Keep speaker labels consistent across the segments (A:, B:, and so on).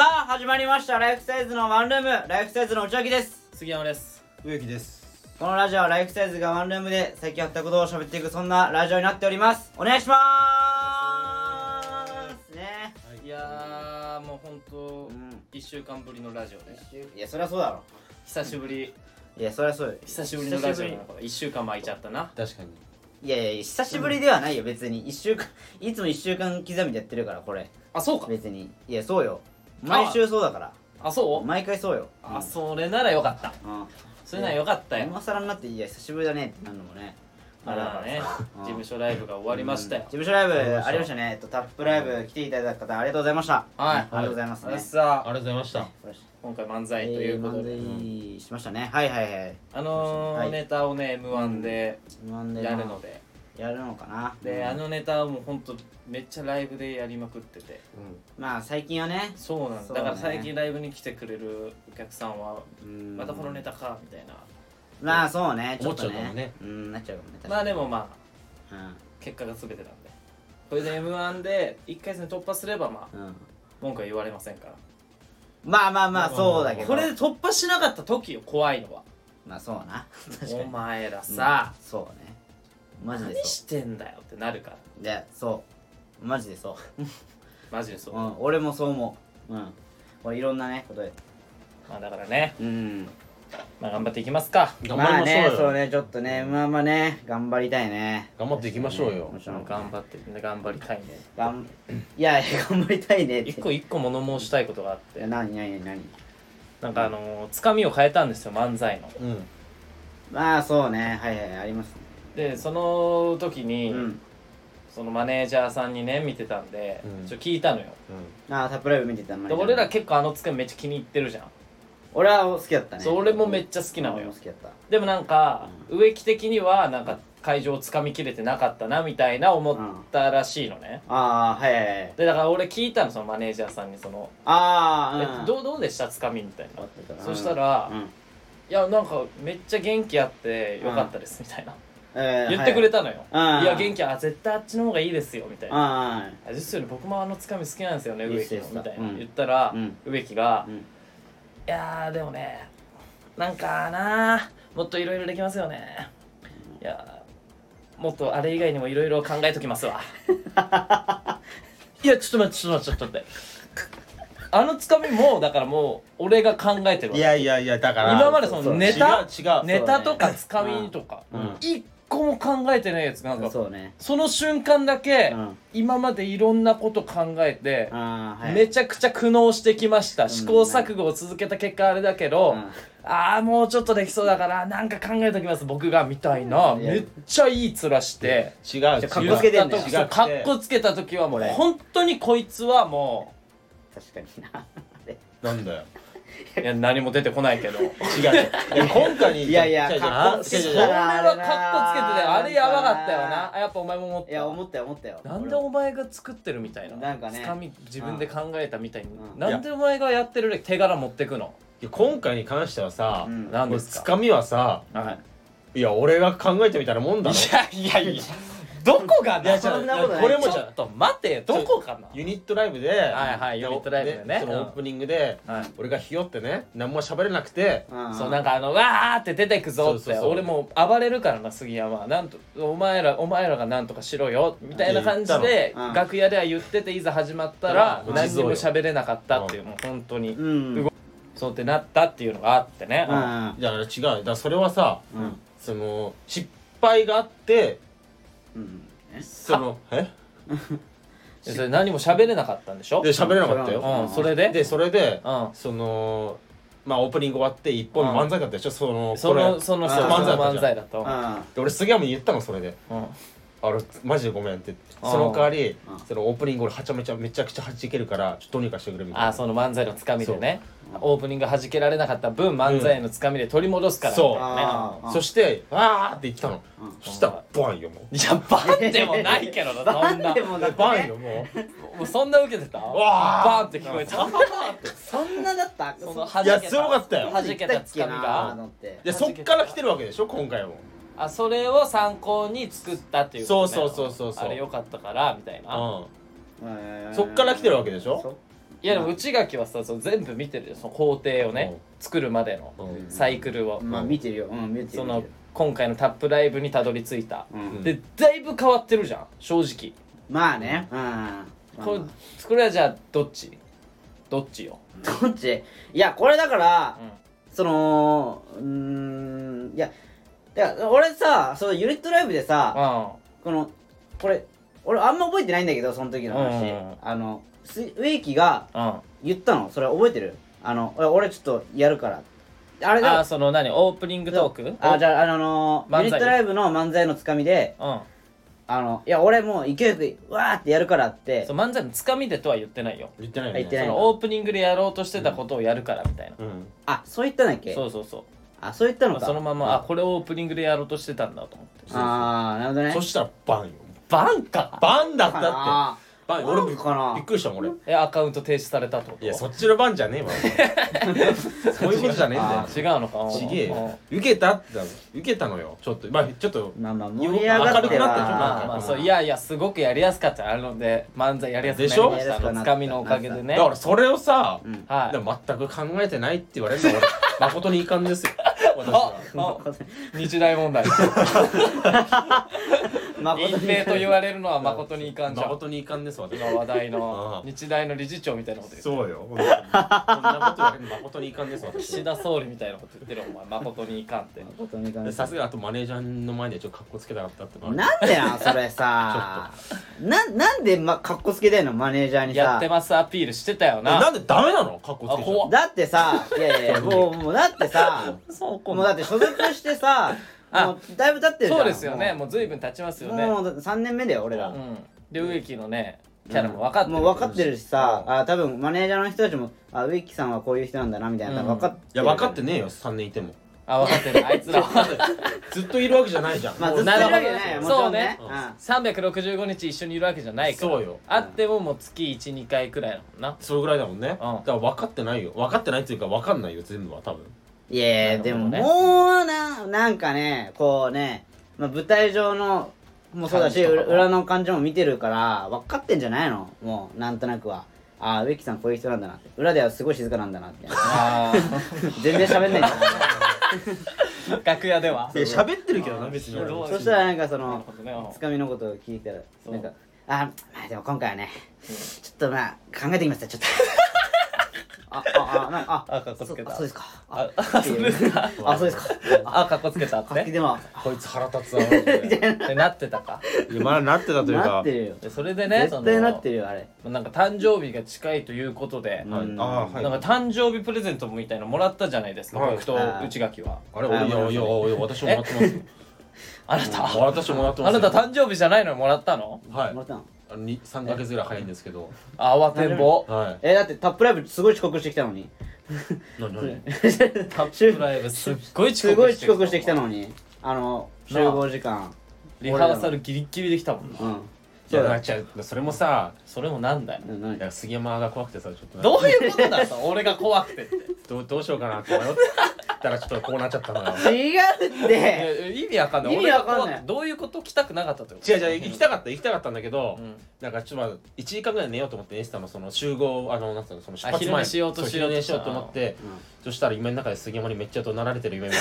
A: 始まりましたライフサイズのワンルームライフサイズの内脇です
B: 杉山です
C: 植木です
A: このラジオはライフサイズがワンルームで最近あったことを喋っていくそんなラジオになっておりますお願いしまーすね
B: いやーもう本当
A: うん
B: 一週間ぶりのラジオで
A: いやそりゃそうだろ
B: 久しぶり
A: いやそりゃそうよ
B: 久しぶりのラジオ
A: 久し
B: だなこれ一週間巻いちゃったな
C: 確かに
A: ぶりいやいや久しぶりではないよ別に一週間いつも1週間刻みでやってるからこれ
B: あそうか
A: 別にいやそうよ毎週そうだから
B: あそう
A: 毎回そうよ
B: あそれならよかった
A: うん
B: それならよかったよ
A: 今更になっていや久しぶりだねってなるのもね
B: まだね
A: うん
B: 事務所ライブが終わりましたよ
A: 事務所ライブ
C: りました
A: ありましたねえっとタップライブ来ていただいた方ありがとうございました
B: はい
A: ありがとうございますね
B: さ
C: ありがとうございました
B: 今回漫才ということ
A: え
B: で
A: ー漫才しましたねはいはいはい
B: あの
A: は
B: ー
A: い
B: ネタをね m 1で
A: なんでな
B: やるので
A: やるのかな
B: であ
A: うん
B: のネタはもう本当めっちゃライブでやりまくってて
A: まあ最近はね
B: そうなん
A: そ
B: だ
A: うだ
B: だ
A: ね
B: から最近ライブに来てくれるお客さんは
A: うん
B: またこのネタかみたいな
A: まあそうねちょっと
C: 思っちゃうかも
A: ね
C: ね
A: うんなっちゃうかもね確かに
B: まあでもまあ
A: うん
B: 結果が全てなんでこれで m 1で1回戦突破すればまあ
A: うん
B: 文句は言われませんから
A: まあまあまあそうだけど
B: これで突破しなかった時よ怖いのは
A: まあそうな確かに
B: お前らさ、
A: うんそうねマジで
B: 何
A: そ
B: してんだよってなるから
A: ういやそうマジでそう
B: マジでそう、
A: うん、俺もそう思う。うん。これいろんなね、ことで。
B: まあだからね、
A: うん。
B: まあ、頑張っていきますか
C: 頑張りましょうよ、
A: ね、そうね、ちょっとね、まあまあね、頑張りたいね。
C: 頑張っていきましょうよ
A: もちろん。
B: 頑張って頑張りたいね
A: がんいや、 頑張りたいねって。
B: 一個一個物申したいことがあって
A: なになになに
B: なんかあのーつかみを変えたんですよ漫才の
C: うん
A: まあそうね、はいはい、ありますね。
B: でその時に、
A: うん。
B: そのマネージャーさんにね見てたんで、
C: うん
B: ちょっと聞いたのよ
A: ああ、タップライブ見てたの
B: で俺ら結構あのつかみめっちゃ気に入ってるじゃん
A: 俺は好きだったね。
B: そう俺もめっちゃ好きなのよ
A: 俺も好きだった。
B: でもなんか、植木的にはなんか会場をつかみきれてなかったなみたいな思ったらしいのね、
A: ああ、はいはいはい。
B: でだから俺聞いたのそのマネージャーさんにその「
A: ああ、
B: え
A: うん。
B: どうどうでしたつかみ」みたいな、
A: うん
B: そしたら、
A: うん
B: いやなんかめっちゃ元気あってよかったです」みたいな、
A: えー
B: 言ってくれたのよ「
A: はい
B: いや元気あ絶対あっちの方がいいですよ」みたいな
A: はい。うん。
B: 「あ実はね僕もあのつかみ好きなんですよね
A: いい
B: 植
A: っす
B: 木
A: よ
B: の」みたいな、
A: うん
B: 言ったら、
A: うん
B: 植木が「
A: うん
B: いやーでもねなんかなーもっといろいろできますよねいやーもっとあれ以外にもいろいろ考えときますわ いやちょっと待ってちょっと待ってちょっと待ってあのつかみもだからもう俺が考えてるわけ
C: いやいやいやだから
B: 今までそ
A: そう
B: のネタ
C: 違う違う
B: ネタとかつかみとか
A: うん
B: 一個も考えてないやつがなんか
A: そうね。
B: その瞬間だけ
A: うん
B: 今までいろんなこと考えて
A: ああ、はい。
B: めちゃくちゃ苦悩してきました、
A: ん
B: 試行錯誤を続けた結果あれだけ
A: う
B: ど、
A: ん
B: ああもうちょっとできそうだからなんか考えときます僕がみたいな、
A: いや
B: めっちゃいい面して
C: 違う違う
A: かっこつけてんだよ
B: 言った時そうかっこつけた時はもう
A: 俺
B: 本当にこいつはも
A: 確かにな。
C: なんだよ
B: ういや何も出てこないけど
C: 違ういや今回に
A: いやいや
C: 違う違う
A: かっこつ
B: そ
A: け
B: れ
A: てた
B: は
A: な
B: かっこつけてたよあれやばかったよ
A: なん
B: な
A: か
B: あやっぱお前も思った
A: いや、思ったよ、思ったよ。
B: なんでお前が作ってるみたいな
A: なんかね
B: つかみ自分で考えたみたいに、
A: うん
B: なんでお前がやってる手柄持ってくの、
C: いや今回に関してはさ、
A: うん
B: なん
C: 俺
B: です
C: つ
B: か
C: かみはさ
B: はい
C: いや俺が考えてみたいなもんだろ
B: いやいやいやどこが
A: いや
B: な
A: ちょっと
B: そんな
C: ない
B: これ
C: ち
B: も
C: ょ
B: ちょっと待てどこかな
C: ユニットライブで
B: いはいユニットライブでね
C: そのオープニングで、
B: はい
C: 俺がひよってね何も喋れなくて
A: うん
B: そうなんかあのわーって出てくぞっ
C: そう
B: て
C: そうそう
B: 俺もう暴れるからな杉山はなんとお前らお前らがなんとかしろよみたいな感じで
A: うん
B: 楽屋では言ってていざ始まったら
C: うん
B: 何にも喋れなかったっていうもう本当に
A: うん。うん。
B: そうってなったっていうのがあってね
A: うん
C: だから違うだからそれはさ、
A: うん
C: その失敗があって
A: うん。
C: そのえ
B: それ何も喋れなかったんでしょ
C: で喋れなかった
B: う
C: よ、
B: んそれで
C: でそれで、
B: うん
C: そのまあオープニング終わって一本
B: うん
C: 漫才だったでしょ、その
B: そ
C: こ
B: の
C: れ
B: その
A: あー
B: その
C: 漫才だったじゃ
B: 漫
C: ん
B: 才だと
A: うん。
C: で俺杉山に言ったのそれで
B: うん
C: 「あれマジでごめん」って
B: うん
C: その代わり
A: うん
C: そのオープニング俺はちゃめちゃめちゃくちゃはじけるからちょっとどうにかしてくれみたい
B: あ
C: な
B: ーその漫才のつかみでねオープニング弾けられなかった分漫才のつかみで取り戻すからみたいなね
A: あー
C: そして「あー」って言ってたの、そしたらバンよもう
B: いやバンでもないけどなそんな
A: でもだってね
C: バンよもう
B: もうそんな受けてた
C: わー
B: バンって聞こえた
A: そんなだった
B: その
C: いや
B: 弾け
C: すごか
B: た
C: ったよ
B: 弾けたつかみ
A: あのっ
B: が
A: て
C: でそっから来てるわけでしょ今回も
B: あそれを参考に作ったっていうことね
C: そうそうそうそうそう
B: あれ良かったからみたいな
C: うんそっから来てるわけでしょ
A: そ
B: いやでも内垣はさその全部見てるよその工程をね
C: うん
B: 作るまでの
C: うん
B: サイクルを
A: まあ見てるようん見てる
B: そ
A: 見
B: の
A: てる
B: 今回のタップライブにたどり着いた
A: うん
B: でだいぶ変わってるじゃん正直
A: まあねうん
B: これこれはじゃあどっちどっちよ
A: どっちいやこれだから
B: うん
A: そのうーんいやだから俺さそのユニットライブでさ
B: あ
A: このこれ俺あんま覚えてないんだけどその時の話、
B: うん
A: あのス植木が
B: あ
A: 言ったのそれ覚えてるあの俺俺ちょっとやるからあれ
B: あ
A: だ
B: その何オープニングトーク
A: あじゃ
B: ゃ
A: ああの
B: 漫才
A: ユニットライブの漫才のつかみで
B: うん
A: あのいや俺もう勢いよくわーってやるからって
B: そう漫才のつかみでとは言ってないよ
C: 言ってないよね
A: 言ってな
B: そ
A: い
B: のオープニングでやろうとしてたことをやるからみたいな
C: うん
A: あそう言ったんだっけ
B: そうそうそう
A: あそう言ったのか
B: そのままあこれオープニングでやろうとしてたんだと思って
A: あーなるほどね
C: そしたらバンよ
B: バンか
C: バンだったって
A: あ
C: バン俺びっ
A: バンかな
C: びっくりしたもん俺
B: えアカウント停止されたってこと
C: いやそっちの番じゃねえわお前そういうことじゃねえんだ
A: あ
C: よ
B: 違うのか
C: ちげえ
B: うん
C: よ受けたって受けたのよちょっとまあちょっと
A: ーまあまあ盛り上が
C: 明
A: っては
C: るくなったでしょなん
B: ま
C: か
B: あまあそういやいやすごくやりやすかったあので漫才やりやすくなりまし
A: でしょ
B: たあのつかみのおかげでね
C: だからそれをさ、
A: うん
B: はい
C: でも全く考えてないって言われるのは俺誠に遺憾ですよ私は
B: あ日大問題
A: 誠
B: 隠
A: に
B: 蔽と言われるのは誠に遺憾じゃん
C: 誠に遺憾です私
B: 今話題の
C: ああ
B: 日大の理事長みたいなこと言って
C: そうよこんなこと言われるの誠に遺憾です
B: 岸
C: 私
B: 田総理みたいなこと言ってるお前誠に遺憾って
A: 誠に感謝
C: さすがあとマネージャーの前でちょっと格好つけたかったってのは
A: なんでなそれ さななんでまかっこつけてんのマネージャーにさ
B: やってますアピールしてたよ
C: えな
B: なん
C: でダメなの格好つけ
B: あ
C: ちゃ
B: 怖
C: う
B: っ
A: だってさいやいやもうもうだってさ
B: そう
A: もうだって所属してさ
B: あ
A: もうだいぶ経ってるじゃん
B: そうですよねもう随分経ちますよね
A: もう3年目だよ俺ら、
B: うんで植木のねキャラも分かってる
A: もう分かってるしさ、あ多分マネージャーの人たちもあウィッキさんはこういう人なんだなみたいな、
B: うん
A: 分かってる
C: いや分かってねえよ3年いても
B: あ分かってるあいつら
C: ずっといるわけじゃないじゃん、
A: まあ
C: も
A: ずっ
C: う
A: と
B: ない
A: るわ
B: るほど
A: けじゃ
B: ね
A: ないよもち
B: そ
A: ろ
B: うんね
A: ね
B: 365日一緒にいるわけじゃないから
C: そうよ
B: あってももう月12回くらいだもんな
C: それぐらいだもんね、だ
B: うん
C: から分かってないよ分かってないっていうか分かんないよ全部は多分
A: うん、いやいや
B: な
A: で
B: るほ
A: も
B: ど
A: も
B: ね
A: うななんかねこうね、まあ、舞台上のもそうだし
B: 感じとかも
A: 裏の感じも見てるから分かってんじゃないのもうなんとなくはあウィッキさんこういう人なんだなって裏ではすごい静かなんだなって
B: あ
A: 全然喋んないんだな
B: ー楽屋では
C: 喋ってるけどな別
B: 別に
C: に
B: 俺
C: 俺
A: そしたらなんかその
B: なるほどね
A: つかみのことを聞いたら
B: そう
A: なんか「あまあでも今回はねちょっとまあ考えてきましたちょ っと」あああなんかあ
B: あかっこつけた
A: そそうですか
B: あ
A: ってい
B: そうですか
A: あそうですか
B: あかっこつけたっ
A: あ
B: て
A: でも
C: こいつ腹立つわマジで
B: ってなってたか
C: いやまだなってたという
A: な
C: か
A: ってるよ
B: でそれでね
A: 絶対なってるよあれ
B: そのなんか誕生日が近いということで、
A: うん
C: はいあーはい
B: なんか誕生日プレゼントみたいなのもらったじゃないですか、
C: はい
B: 僕と内垣は
C: あれ俺いやいやいや私ももらってますよ
B: あなた、
C: うん 私ももらってま
B: あ
C: す
B: な
C: よ
B: た誕生日じゃないのにもらったの
C: はい
A: もらったの
C: あのに3ヶ月ぐらい早いんですけど
B: あ慌てんぼ
C: はい
A: えだってタップライブすごい遅刻してきた のに
C: 何何
B: タップライブすっごい遅
A: すご
B: 刻
A: い
B: し
A: 遅
B: てきた
A: 刻してきたのにあの集合時間
B: リハーサルギリッギリできたもんな
A: うん
C: いやなんか違うそれもさ
B: それもなんだよ
A: な
C: なん
A: 何
C: か杉山が怖くてさちょっとなんか
B: どういうことだよ俺が怖くてって
C: どうどうしようかなって迷ったらちょっとこうなっちゃったのよ
A: 違うっ
B: い
A: て
B: や意味わかんない
A: 意味わかんない
B: 俺が怖くてどういうこと来たくなかったってこと
C: 違う違う行きたかった行きたかったんだけど、
B: うん
C: なんかちょっとまだ1時間ぐらい寝ようと思ってエスタのその集合あのなんつうのその出
B: あ
C: 発
B: 昼
C: 前
B: 寝しようと
C: そう
B: しようと
C: 昼寝しようと思って、
A: うん
C: そしたら夢の中で杉山にめっちゃ怒鳴られてる夢見て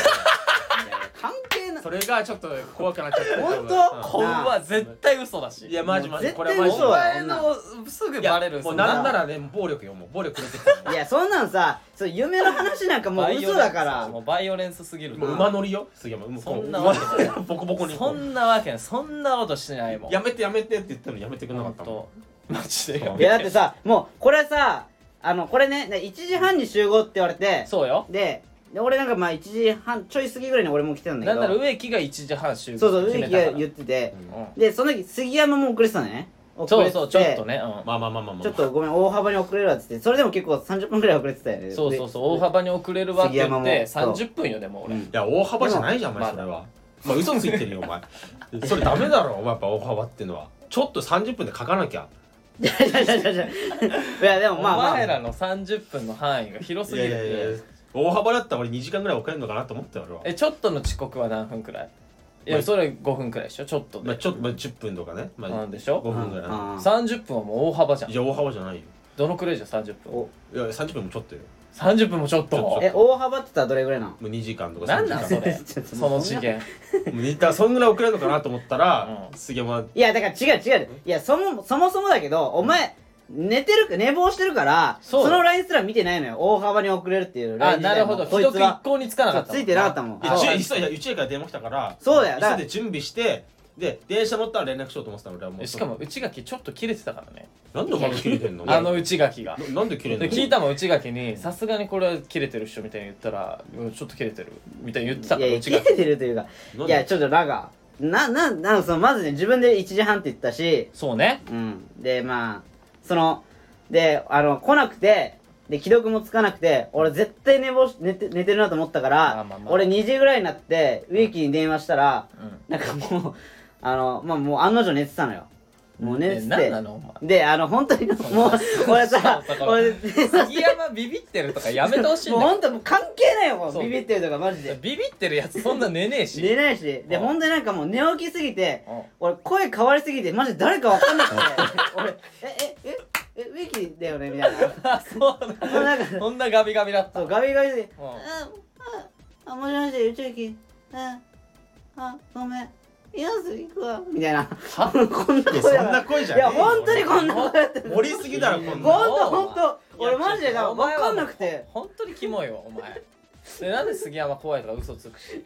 A: 関係ない
C: それがちょっと怖くなっちゃって
A: 本当
B: こんは絶対嘘だし
C: いやマジマジ
A: もう
C: これはマジ
A: 絶
B: お
A: 対嘘だ
B: 前のすぐ
C: いや
B: バレる
C: もう
B: そ
C: なんならね暴力よもう暴力くれてきた
A: い
C: も
A: やそんなんさそう夢の話なんかもう嘘だか
B: バイオレン
A: ら
B: スもうバイオレンスすぎる
C: うもう馬乗りよ杉山もう
B: そんな
C: もう
B: わけない
C: ボコボコに
B: そんなわけないそんなことしてないもん
C: やめてやめてって言ったのやめてくれなかったもん
B: とマジで
A: いやだってさもうこれさあのこれねね1時半に集合って言われて
B: そうよ
A: でで俺なんかまあ1時半ちょい過ぎぐらいに俺も来てたんだ
B: な
A: け
B: ん
A: ど
B: なら植木が1時半集合
A: そうそう植木が
B: 決め
A: 言った
B: か
A: てて
C: う、ん
B: ら
A: でその時杉山も遅れてたんだね
B: うん
A: 遅れ
B: そう
A: てて
B: そうちょっとねうん
C: まあまあまあまあまあ
A: ちょっとごめん大幅に遅れるわっつってそれでも結構30分ぐらい遅れてたよね
B: そうそうそう大幅に遅れるわって言って
A: 杉山もそ
B: 30分よでも俺、
A: うん
C: いや大幅じゃないじゃんお前それはお前嘘ついてるよお前 それダメだろお前やっぱ大幅っていうのはちょっと30分で書かなきゃ
A: いやいやいやいやいやいやでもまあ
B: お
A: ま
B: 前
A: あ
B: らの30分の範囲が広すぎる
C: 大幅だったら俺2時間ぐらい遅れるのかなと思ったよ俺は
B: えちょっとの遅刻は何分くらいい
C: ま
B: や
C: あ
B: それ5分くらいでしょちょっとで、
C: まあちょっとまあ10分とかねま
B: な
C: あ
B: んでしょ
C: 5分ぐらい
A: うん
B: 30分はもう大幅じゃん
C: いや大幅じゃないよ
B: どのくらいじゃん30分
A: お
C: いや30分もちょっとよ
B: 30分もちょっ
C: ちょっ
B: と
C: と
A: え大幅って言ったらどれぐらいなの
C: もう2時間とか
B: なんなん
C: 3時
B: そ
C: 間
B: れ
A: ちょっと
B: その次元
C: とかもう似たそんぐらい遅れるのかなと思ったら、
B: うん
C: 杉山
A: いやだから違う違ういやそもそもそもだけどお前寝てるか寝坊してるから
B: そう
A: そ
B: だ
A: のラインすら見てないのよ大幅に遅れるっていうライ
B: あ
A: ン
B: なるほど
A: こ
B: 既
A: いつ
B: 得一
A: は
B: 向につかなかった
A: ついてなかったもん
C: い
B: あ
C: や
B: そう
C: じゅ急いだ一夜から電話来たから
A: そうだよだから
C: 急いで準備してで電車乗ったら連絡しようと思ってたの俺はもう
B: しかも内垣ちょっと切れてたからね
C: なんでお前が切れてんの
B: あの内垣が
C: ななんで切れんの
B: で聞いたもん内垣にさすがにこれは切れてる人みたいに言ったらうんちょっと切れてるみたいに言ってた
A: い
B: から
A: やいや
B: 内
A: 切れ
B: 垣
A: てるというか
C: なん
A: い
C: で
A: やちょっとラがなななんそのまずね自分で1時半って言ったし
B: そうね
A: うんでまあそのであの来なくてで既読もつかなくて俺絶対寝坊し寝て寝てるなと思ったか
B: ま
A: ら
B: あまあまあ
A: 俺2時ぐらいになってウィキに電話したら
B: うん
A: なんかもうあのまあもう案の定寝てたのよもう寝
B: え
A: てて
B: 何なのお前
A: であの本当にもう俺さ
B: そうそう
A: 俺さ
B: 杉山ビビってるとかやめてほしい
A: も
B: ん
A: う
B: だ
A: 本当もう関係ないよも
B: そう
A: うビビってるとかマジ
B: けど
A: で
B: ビビってるやつそんな寝ねえし
A: 寝ないしで
B: うん
A: 本当になんかもう寝起きすぎて
B: うん
A: 俺声変わりすぎてマジで誰かわかんなくて 俺ええええウィキだよねみたいな
B: あそう
A: もうなんか
B: そんなガビガビだった
A: そうガビガビで
B: うん
A: あああもしもし宇宙機ああごめん今すぐ行くわみたいな
B: は
A: こんない声
C: やそん
A: だ
C: な声じ
A: い
C: ゃねえ
A: や本当にこんな声だった
C: 盛りすぎだろこん
A: ほ
C: なん
A: とほんと俺マジで
B: な
A: なんか分かんなくて
B: 本当にキモいよお前でなんで杉山怖いとか嘘つくし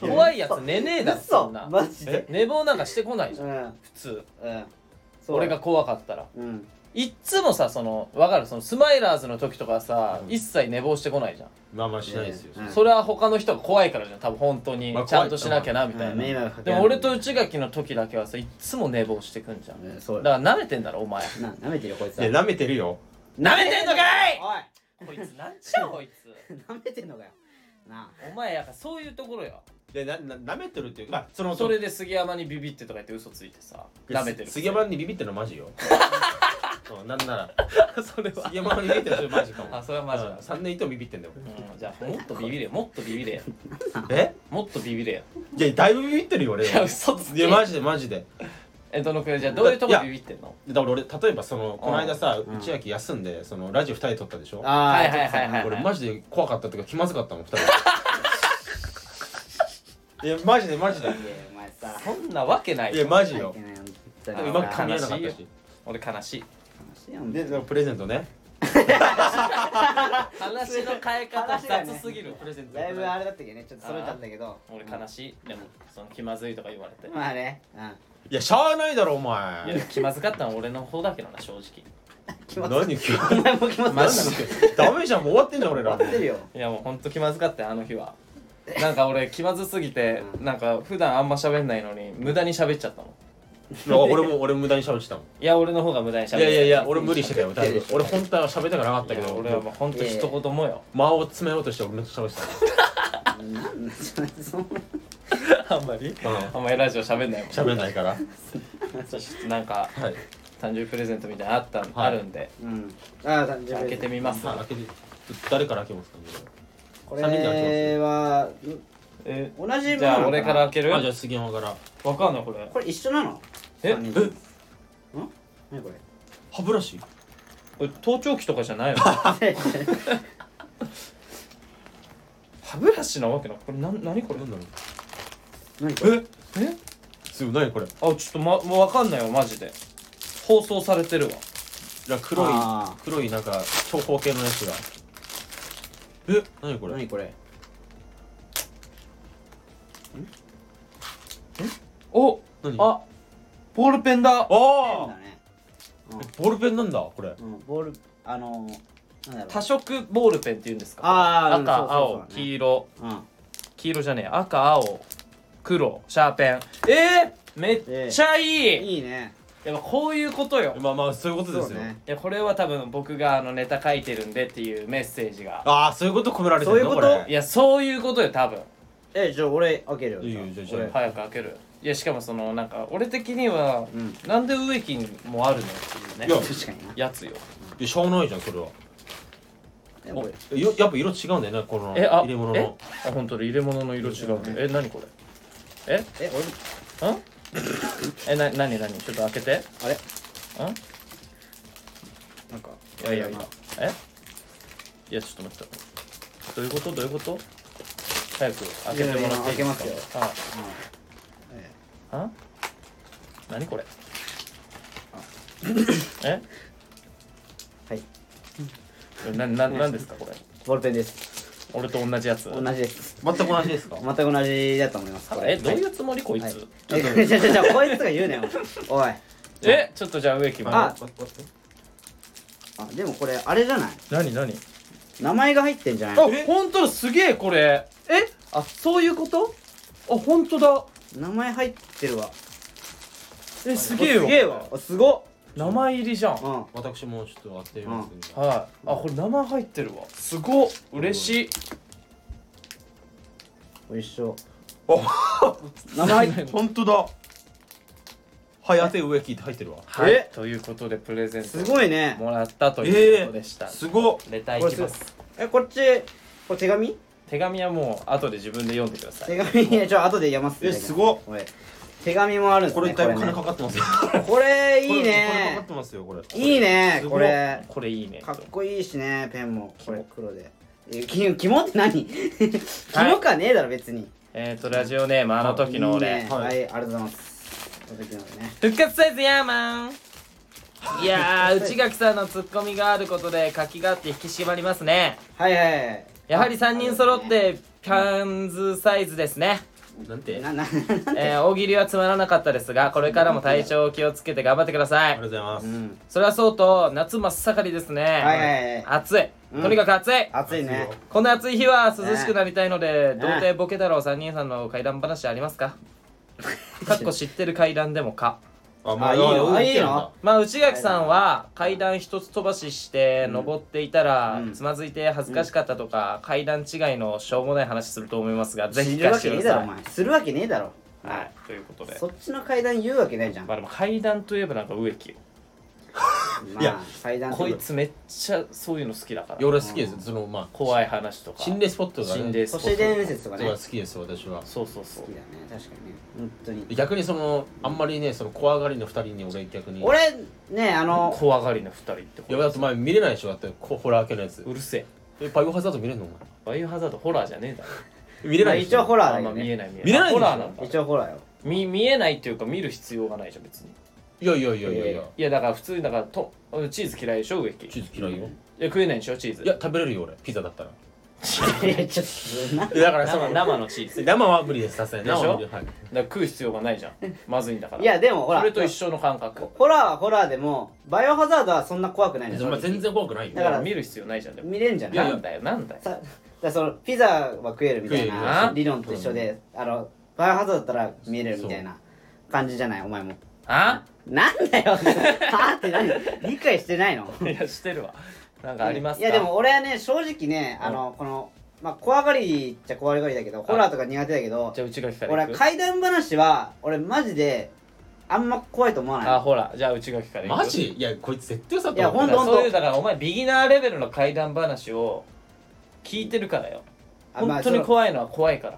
B: 怖いやつ寝ねえだろそ
A: 嘘
B: んな
A: マジで
B: 寝坊なんかしてこないじ
A: う
B: ゃん
A: ん
B: 普通
A: うんそう
B: 俺が怖かったら
A: うん
B: いっつもさその分かるそのスマイラーズの時とかさ、
C: うん
B: 一切寝坊してこないじゃん、
C: まあまあしないですよ、
A: うん
B: それは他の人が怖いからじゃん多分本当に
C: まあ
B: ちゃんとしなきゃなみたいな、
A: うん迷惑かけ
B: で
A: ない
B: も俺と内垣の時だけはさいっつも寝坊してくんじゃん、
A: うんそう
B: だから舐めてんだろお前
A: な舐めてるよこいつは
C: ね舐めてるよ
B: 舐めてんのかい
A: お
B: こいつなんちゃうこいつ
A: い 舐めてんのかよな
B: お前やからそういうところよ
C: でなな舐めてるっていうかまあその
B: それで杉山にビビってとか言って嘘ついてさ舐めてる
C: 杉山にビビってるのはマジようんなんなら
B: それは
C: 杉山にビビってるのはマジかも
B: あそれはマジだ
C: 3年いてもビビってんだよ
B: うんじゃあもっとビビれよもっとビビ れよ
C: え
B: もっとビビれよ
C: いやだいぶビビってるよ俺
B: いや嘘つ
C: い
B: け
C: やマジでマジで
B: えどのくらいじゃあどういうとこ
C: いや
B: ビビってんの
C: だから俺例えばそのこの間さ
A: うん
C: 内秋休んでそのラジオ2人で撮ったでしょ
A: あ
B: は
A: ー
B: いはいはいはい
C: 俺マジで怖かったとか気まずかったもん2人でいやマジでマジで
A: いやお前さ
B: そんなわけない
C: い
B: よ
C: やマジよ
A: いけないよ本当
B: あ
A: に
C: うまく噛み合わなかった
B: 悲しい
C: し
B: 俺悲しい
A: 悲しいよ本当
C: で
A: に
C: プレゼントね
B: 話の変え方雑すぎる
C: プレゼント
A: だいぶあれだったけどねちょっと揃えちゃったけど
B: 俺悲しいでもその気まずいとか言われて
A: まあねうん
C: いやしゃあないだろお
B: いや
C: 前
B: 気まずかったのは俺の方だけどな正直
A: 気まずい
C: 何気ま
A: お前も気まずい
B: マジで
C: ダメじゃんもう終わってんじゃん俺
A: 終わ
C: ら
A: ってるよ
B: いやもうほんと気まずかったよあの日はなんか俺気まずすぎて
A: う
B: なんか普段あんま喋んないのに無駄に喋っちゃったの
C: 俺も俺無駄に喋ってたもん
B: いや俺の方が無駄に喋っ
C: いやいやい
B: い
C: や俺無理してたよだいぶ俺本当は喋りたくなかったけ
B: や
C: ど
B: 俺はもうほんと一言もよ
C: 間を詰めようとして俺の喋って
A: なんだそれそんな
B: あんまり
C: たもんうん
B: あんまりラジオ喋んないもん
C: 喋んないから
B: ちょっとなんか
C: はい
B: 誕生日プレゼントみたいなのあった、あるんで
A: うんああ
B: じゃあ開けてみます
C: さあ開けて誰から開けますか
A: これは
B: え
A: 同じものなのかな
B: じゃあ俺から開ける
C: あじゃあ杉山から
B: わかんないこれ
A: これ一緒なの
B: え
A: 三人
C: え
A: ん何これ
C: 歯ブラシ
B: これ盗聴器とかじゃないの 歯ブラシなわけなこれな何これ
C: なんだろう
A: 何これ
B: ええ
C: すごい何これ
B: あちょっとまもうわかんないわマジで放送されてるわ
C: いや黒い
A: あ
C: 黒いなんか長方形のやつがえ何これ
A: 何これ
B: お
C: 何
B: あボールペンだ
A: ペン
C: あ
A: だね
C: ーボールペンなんだこれ
A: うんボールあのーなんだろう
B: 多色ボールペンって言うんですか
A: あーうん
B: 赤
A: そうそう
B: 青
A: そう
B: 黄色
A: うん
B: 黄色じゃねえ赤青黒シャーペンえー、めっちゃいい、
A: いいね
B: やっぱこういうことよ
C: まあまあそういうことです
A: そう
C: よ
A: ね
B: いやこれは多分僕があのネタ書いてるんでっていうメッセージが
C: ああそういうこと込められて
A: そうい
C: る
A: う
C: の
A: こ
C: こと
B: い
C: れ
B: やそういうことよ多分
A: えじゃあ俺開けるよ
C: いいよじゃあじゃあ
A: 俺
B: 早く開けるいやしかもそのなんか俺的には、
A: うん
B: なんで植木にもあるのっていう
C: いや
B: ね
A: 確かにな
B: やつよ
C: いやしゃあないじゃんそれは
A: えこれ
C: えよやっぱ色違うんだよねこの
B: えあ
C: 入れ物
B: え
C: の
B: あ本当だ入れ物の色違うねえ何これえ
A: え俺
B: ん えな何何ちょっと開けて
A: あれ
B: ん
A: なんか
B: いやいやいやえいやちょっと待ってどういうことどういうこと早く開けてもらってい
A: いや
B: い
A: いや開けますよ
B: ですかああ何これえ
A: はい
B: なななんですかこれ
A: ボールペンです
B: 俺と同じやつ
A: 同じです
C: 全く同じですか
A: 全く同じだと思いますこれ
B: えどういうつもりこいつ、
A: はいえ じゃじゃじゃこいつが言うなよおい
B: えちょっとじゃあ植木
A: あ
B: ま
C: 待って待って
A: あでもこれあれじゃない
B: 何何
A: 名前が入ってんじゃない
B: あ本当だすげえこれえあそういうことあ本当だ
A: 名前入ってるわ
B: えすげえよ
A: すげえわあすご
B: 名前入りじゃん
A: っうん
C: 私もちょっと当てますね
B: はいあこれ名前入ってるわすごっ嬉しい
A: おいしそう
C: お
A: 名前入っ
C: 本当だはい当て植木って入ってるわ
B: はい
A: え
B: ということでプレゼン
A: す
B: ト
A: ごいね
B: もらったということでした
C: すごっ
B: レターいきます
A: えこっちこれ手紙
B: 手紙はもう後で自分で読んでください
A: 手紙ねちょっと後で読ます
C: えすごっ
A: おい手紙もあるんです
C: こ
A: ね
C: れだいぶ
A: これ
C: 金
A: ね
C: かかってますよ
A: これいい
C: これかかっ
A: ね
C: てますよこれ
A: いいね
C: すご
A: こ
C: っ
A: れ
B: これいいね
A: かっこいいしねペンもこれ
B: 肝
A: 黒でえき肝って何 肝かねえだろ別に
B: えっとラジオネームあの時の
A: いい
B: 俺
A: ねは
C: はい
A: いありがとうございますあの時の俺ね
B: 復活サイズヤー マンいやー内垣さんのツッコミがあることで活気があって引き締まりますね
A: はいはいはい
B: やはり3人揃ってパンズサイズですね
C: なんてあ
A: なな
B: えー大喜利はつまらなかったですがこれからも体調を気をつけて頑張ってくださ
C: り
B: い
C: がと
B: う
C: ございま
A: う
C: す
A: ん
B: それはそうと夏真っ盛りですね
A: はいはいはい
B: 暑い
A: うん
B: とにかく暑い、
A: 暑いね
B: こんな暑い日は涼しくなりたいの
A: ね
B: で、童貞ボケ太郎3人さんの怪談話ありま すかかっこ知ってる怪談でもか
C: あ
A: あいいのあいいの
B: まあ内垣さんは階段一つ飛ばしして登っていたら、
A: うん
B: つまずいて恥ずかしかったとか、階段違いのしょうもない話すると思いますがぜひ
A: 知る
B: 聞か
A: わ
B: せて
A: けね
B: く
A: え
B: だ
A: だ
B: さ
A: ろお
B: い
A: 前するわけねえだろ
B: はいということで
A: そっちの階段言うわけないじゃん
B: まあでも階段といえばなんか植木よ
A: ま
C: いや
A: あ階段
B: こいつめっちゃそういうの好きだから
C: 俺好きですそのまあ
B: 怖い話とか
C: 心霊スポットがね
B: 心霊ス
A: 都
B: ポ
A: 市
B: ッ
A: 伝説とか
C: が
A: ね
C: 好きです私は
B: トそうそうそう
A: 好きだね確かにね本当に
C: 逆にそのあんまりねその怖がりの二人に俺逆に
A: 俺ねあの
B: 怖がりの二人ってこ
C: いやだってお前見れないでしょだってこホラー系のやつ
B: うるせえ
C: えバイオハザード見れんのお前
B: バイオハザードホラーじゃねえだろ
C: 見れ
A: ま
C: な
A: あ
C: いで
A: 一
C: しょ
A: 応ホラーだ
B: あ
A: け
B: んま
A: ど
B: 見え
A: ね
B: ない見えない
C: 見れないでし
B: ホ
C: ょ
B: ラーなんだ
A: 一応ホ ラーよ
B: 見見えないっていうか見る必要がないじゃん別に
C: いやいやいやいやいや
B: いやだから普通にだからとチーズ嫌いでしょ植木
C: チ
B: い
C: ーズ嫌いよ
B: や食えないでしょチーズ
C: いや食べれるよ俺ピザだったら
A: いやちょっと な
C: だからそ
B: 生
C: の
B: 生のチーズだか
C: 生は無理ですさすがに
B: でしょ
C: 生は無理はい
B: ら食う必要がないじゃんまずいんだから
A: いやでもほら
B: それと一緒の感覚
A: ホラーはホラーでもバイオハザードはそんな怖くないの
C: 別にお前全然怖くないよ
A: だから
B: いや見る必要ないじゃんでも
A: 見れんじゃない
C: やいや
B: なんだよなんだよ
A: さだからそのピザは食えるみたい
C: 食える
A: な
B: な
A: 理論と一緒で、あのバイオハザードだったら見れるみたいな感じじゃないお前も
B: あ
A: なん だよはあって何理解してないの
B: いやしてるわなんかあります
A: い
B: か
A: やでも俺はね正直ねあの、このまあ怖がりっちゃ怖がりだけどホラーとか苦手だけど
B: じゃあ内垣から
A: 俺
B: いく
A: 怪談話は俺マジであんま怖いと思わない
B: あほらじゃあ内垣からいく
C: マジいやこいつ絶対さ
A: いやほ
B: だ
A: ん
B: か
A: とほ
B: ら
A: んと
B: そういうだからお前ビギナーレベルの怪談話を聞いてるからよ
A: あまあ
B: 本当に
A: その
B: 怖いのは怖いから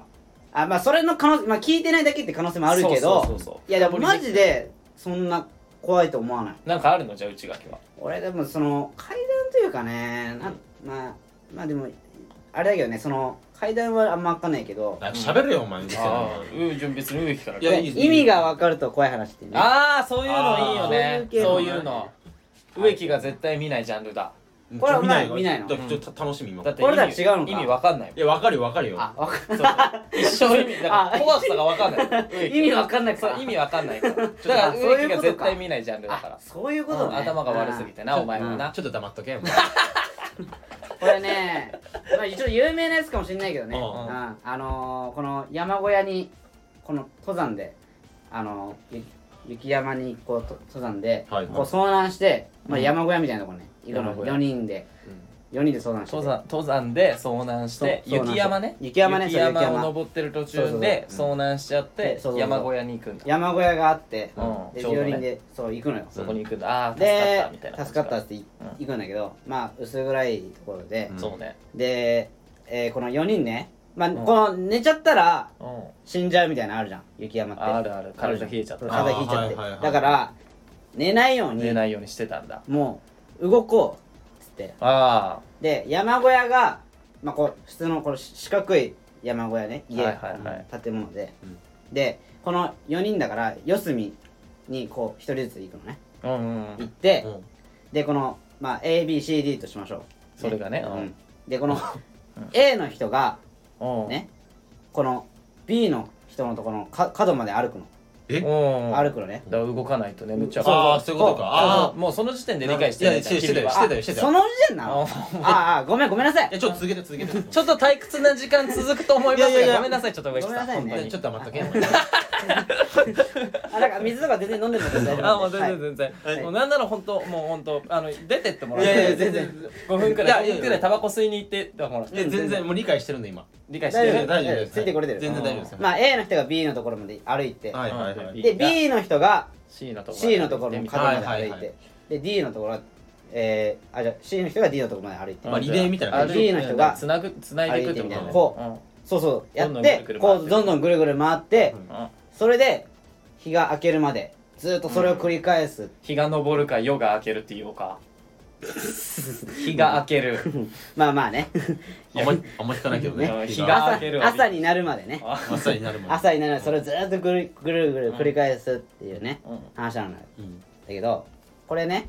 A: あまあそれの可能まあ聞いてないだけって可能性もあるけど
B: そうそうそうそう
A: いやでもマジでそんな怖いと思わない
B: なんかあるのじゃあ内垣は
A: 俺でもその階段というかねなまあまあでもあれだけどねその階段はあんま分かんないけど
C: あ喋るよお前うるせえな
B: ああうんじゃあ別に植木から
C: いや
A: で
C: いいです
A: 意味が分かると怖い話ってね
B: ああそういうのいいよ
A: あ
B: ね
A: ー
B: そ
A: そうう
B: い
A: いうう系の
B: の植木が絶対見ないジャンルだ
C: うん
A: これは
C: ちょ見ない
A: お前見ないの
C: だからちょっと楽しみ今
B: だって
A: 俺
B: 意
A: ら
B: 味
A: 違うのか
B: 意味わかんないもん
C: いやわかるよわかるよ
A: あ分か
B: そう一生意味だから
A: あ
B: 怖さがわかんない植 木
A: 意味分かんないか
B: そ
A: ら
B: う意味わかん ないからだか
A: あ
B: ら
A: そういう
B: 植
A: こと
B: 木が
A: か
B: 絶対見ないジャンルだか
A: あ
B: ら
A: そういうこと
B: うん
A: ね
B: 頭が悪すぎてな
A: うん
B: お前はな
C: ちょっと黙っとけお前
A: これねまあ一応有名なやつかもしれないけどね
C: う
A: うんんあのーこの山小屋にこの登山であのーゆ雪山にこうと登山でこう
C: はいはい
A: 遭難してまあ
B: うん
A: 山小屋みたいなとこねいる
B: 山
A: の
B: 小屋
A: 4人で
C: うん
A: 4人で相談して
B: 登山登山で遭難して
A: そう
B: 雪山ね
A: 雪山ね
B: 雪
A: そう雪
B: 山を
A: 山
B: 登ってる途中で
A: そうそうそう
B: 遭難しちゃって
A: でそうそうそう
B: 山小屋に行くんだ
A: 山小屋があって
B: うん
A: で
B: ちょうど
A: 4
B: ね
A: 人でそう行くのよ
B: そこに行くんだああ助かった
A: で
B: みたいな
A: 助かったってい
B: うん
A: 行くんだけどまあ薄暗いところで
C: うん
B: そうね
A: でえーこの4人ねまあ
B: うん
A: この寝ちゃったら
B: うん
A: 死んじゃうみたいなのあるじゃん雪山って
B: あるある体冷えちゃった
A: 風邪ひいちゃって、
C: あーはいはいはい
A: だから寝ないように
B: 寝ないようにしてたんだ
A: もう動こうっつって
B: あ
A: で山小屋が、まあ、こう普通のこの四角い山小屋ね家、
B: はいはいはい
A: 建物で、
C: うん
A: でこの4人だから四隅にこう1人ずつ行くのね
B: あうんう
A: 行っ
B: ん
A: て、
C: うん
A: でこの、まあ、ABCD としましょ
B: それがね
A: う、
B: うん
A: うんでこの A の人が
B: うん
A: ねこの B の人のところのか角まで歩くの
C: え
B: うん
A: 歩くのね
B: だから動かないと眠っちゃう
C: ああそういうことかああ
B: あもうその時点で理解して
C: いやしてしてた
B: 君
C: よ
B: は
C: してたよしてた
A: そ
C: よ
A: の時点なのああごめんごめんなさい
C: いやちょっと続けて続 けて
B: ちょっと退屈な時間続くと思います
A: いやいやい
B: が
A: や
B: ごめんなさいちょっと上
A: ごめんなさいね
B: 本当に
C: ちょっと待っとけ
A: あなんか水とか全然飲んでるの大丈夫
B: あもう全
A: はい
B: 然全然、
C: はい
B: もうなんなら本当もう本当あの出てってもらっ
A: い
B: て
A: やいや全然
B: 5分く
C: いや
B: ら
C: い
B: い5
C: やいや
B: 分くらいタバコ吸いに行ってってもらっ
C: え
B: て
C: 全然もう理解してるんで今
B: 理解し
A: 大
B: て
A: 丈
C: い
A: 夫
C: や
B: ね
C: 大丈夫です
A: ついてこれてる
C: 全然大丈夫です
A: まあ A の人が B のところまで歩いて、
C: はいはいは
B: うん
C: い
A: で B の人が
B: C のところ
A: C のところの角まで歩いて、
C: はいはいはい
A: で D のところはえー、あじゃあ C の人が D のところまで歩いて、
C: まあリレーみたいな
A: 感じ B の人が
B: つなぐつないでいくってこと
A: 歩いてみたいな
B: こ
A: こ
B: う
A: うんそうそうやって
B: どんど
A: こうど
B: んぐるぐる回って
A: んどんぐるぐる回って、
C: うん
B: うん
A: それで日が明けるまでずっとそれを繰り返す、
B: 日が昇るか夜が明けるって言お うか日が明ける
A: まあまあね
C: あんまりあんまり聞かないけどね
B: ね
C: 日
B: 日が
C: が
A: 朝
B: 明けるわ
A: 朝になるまでね
B: あ
C: 朝になるまで
A: 朝になるまでそれをずっとぐるぐるぐる繰り返すっていうね、
B: うん
A: 話なのよ
C: うん
A: だけどこれね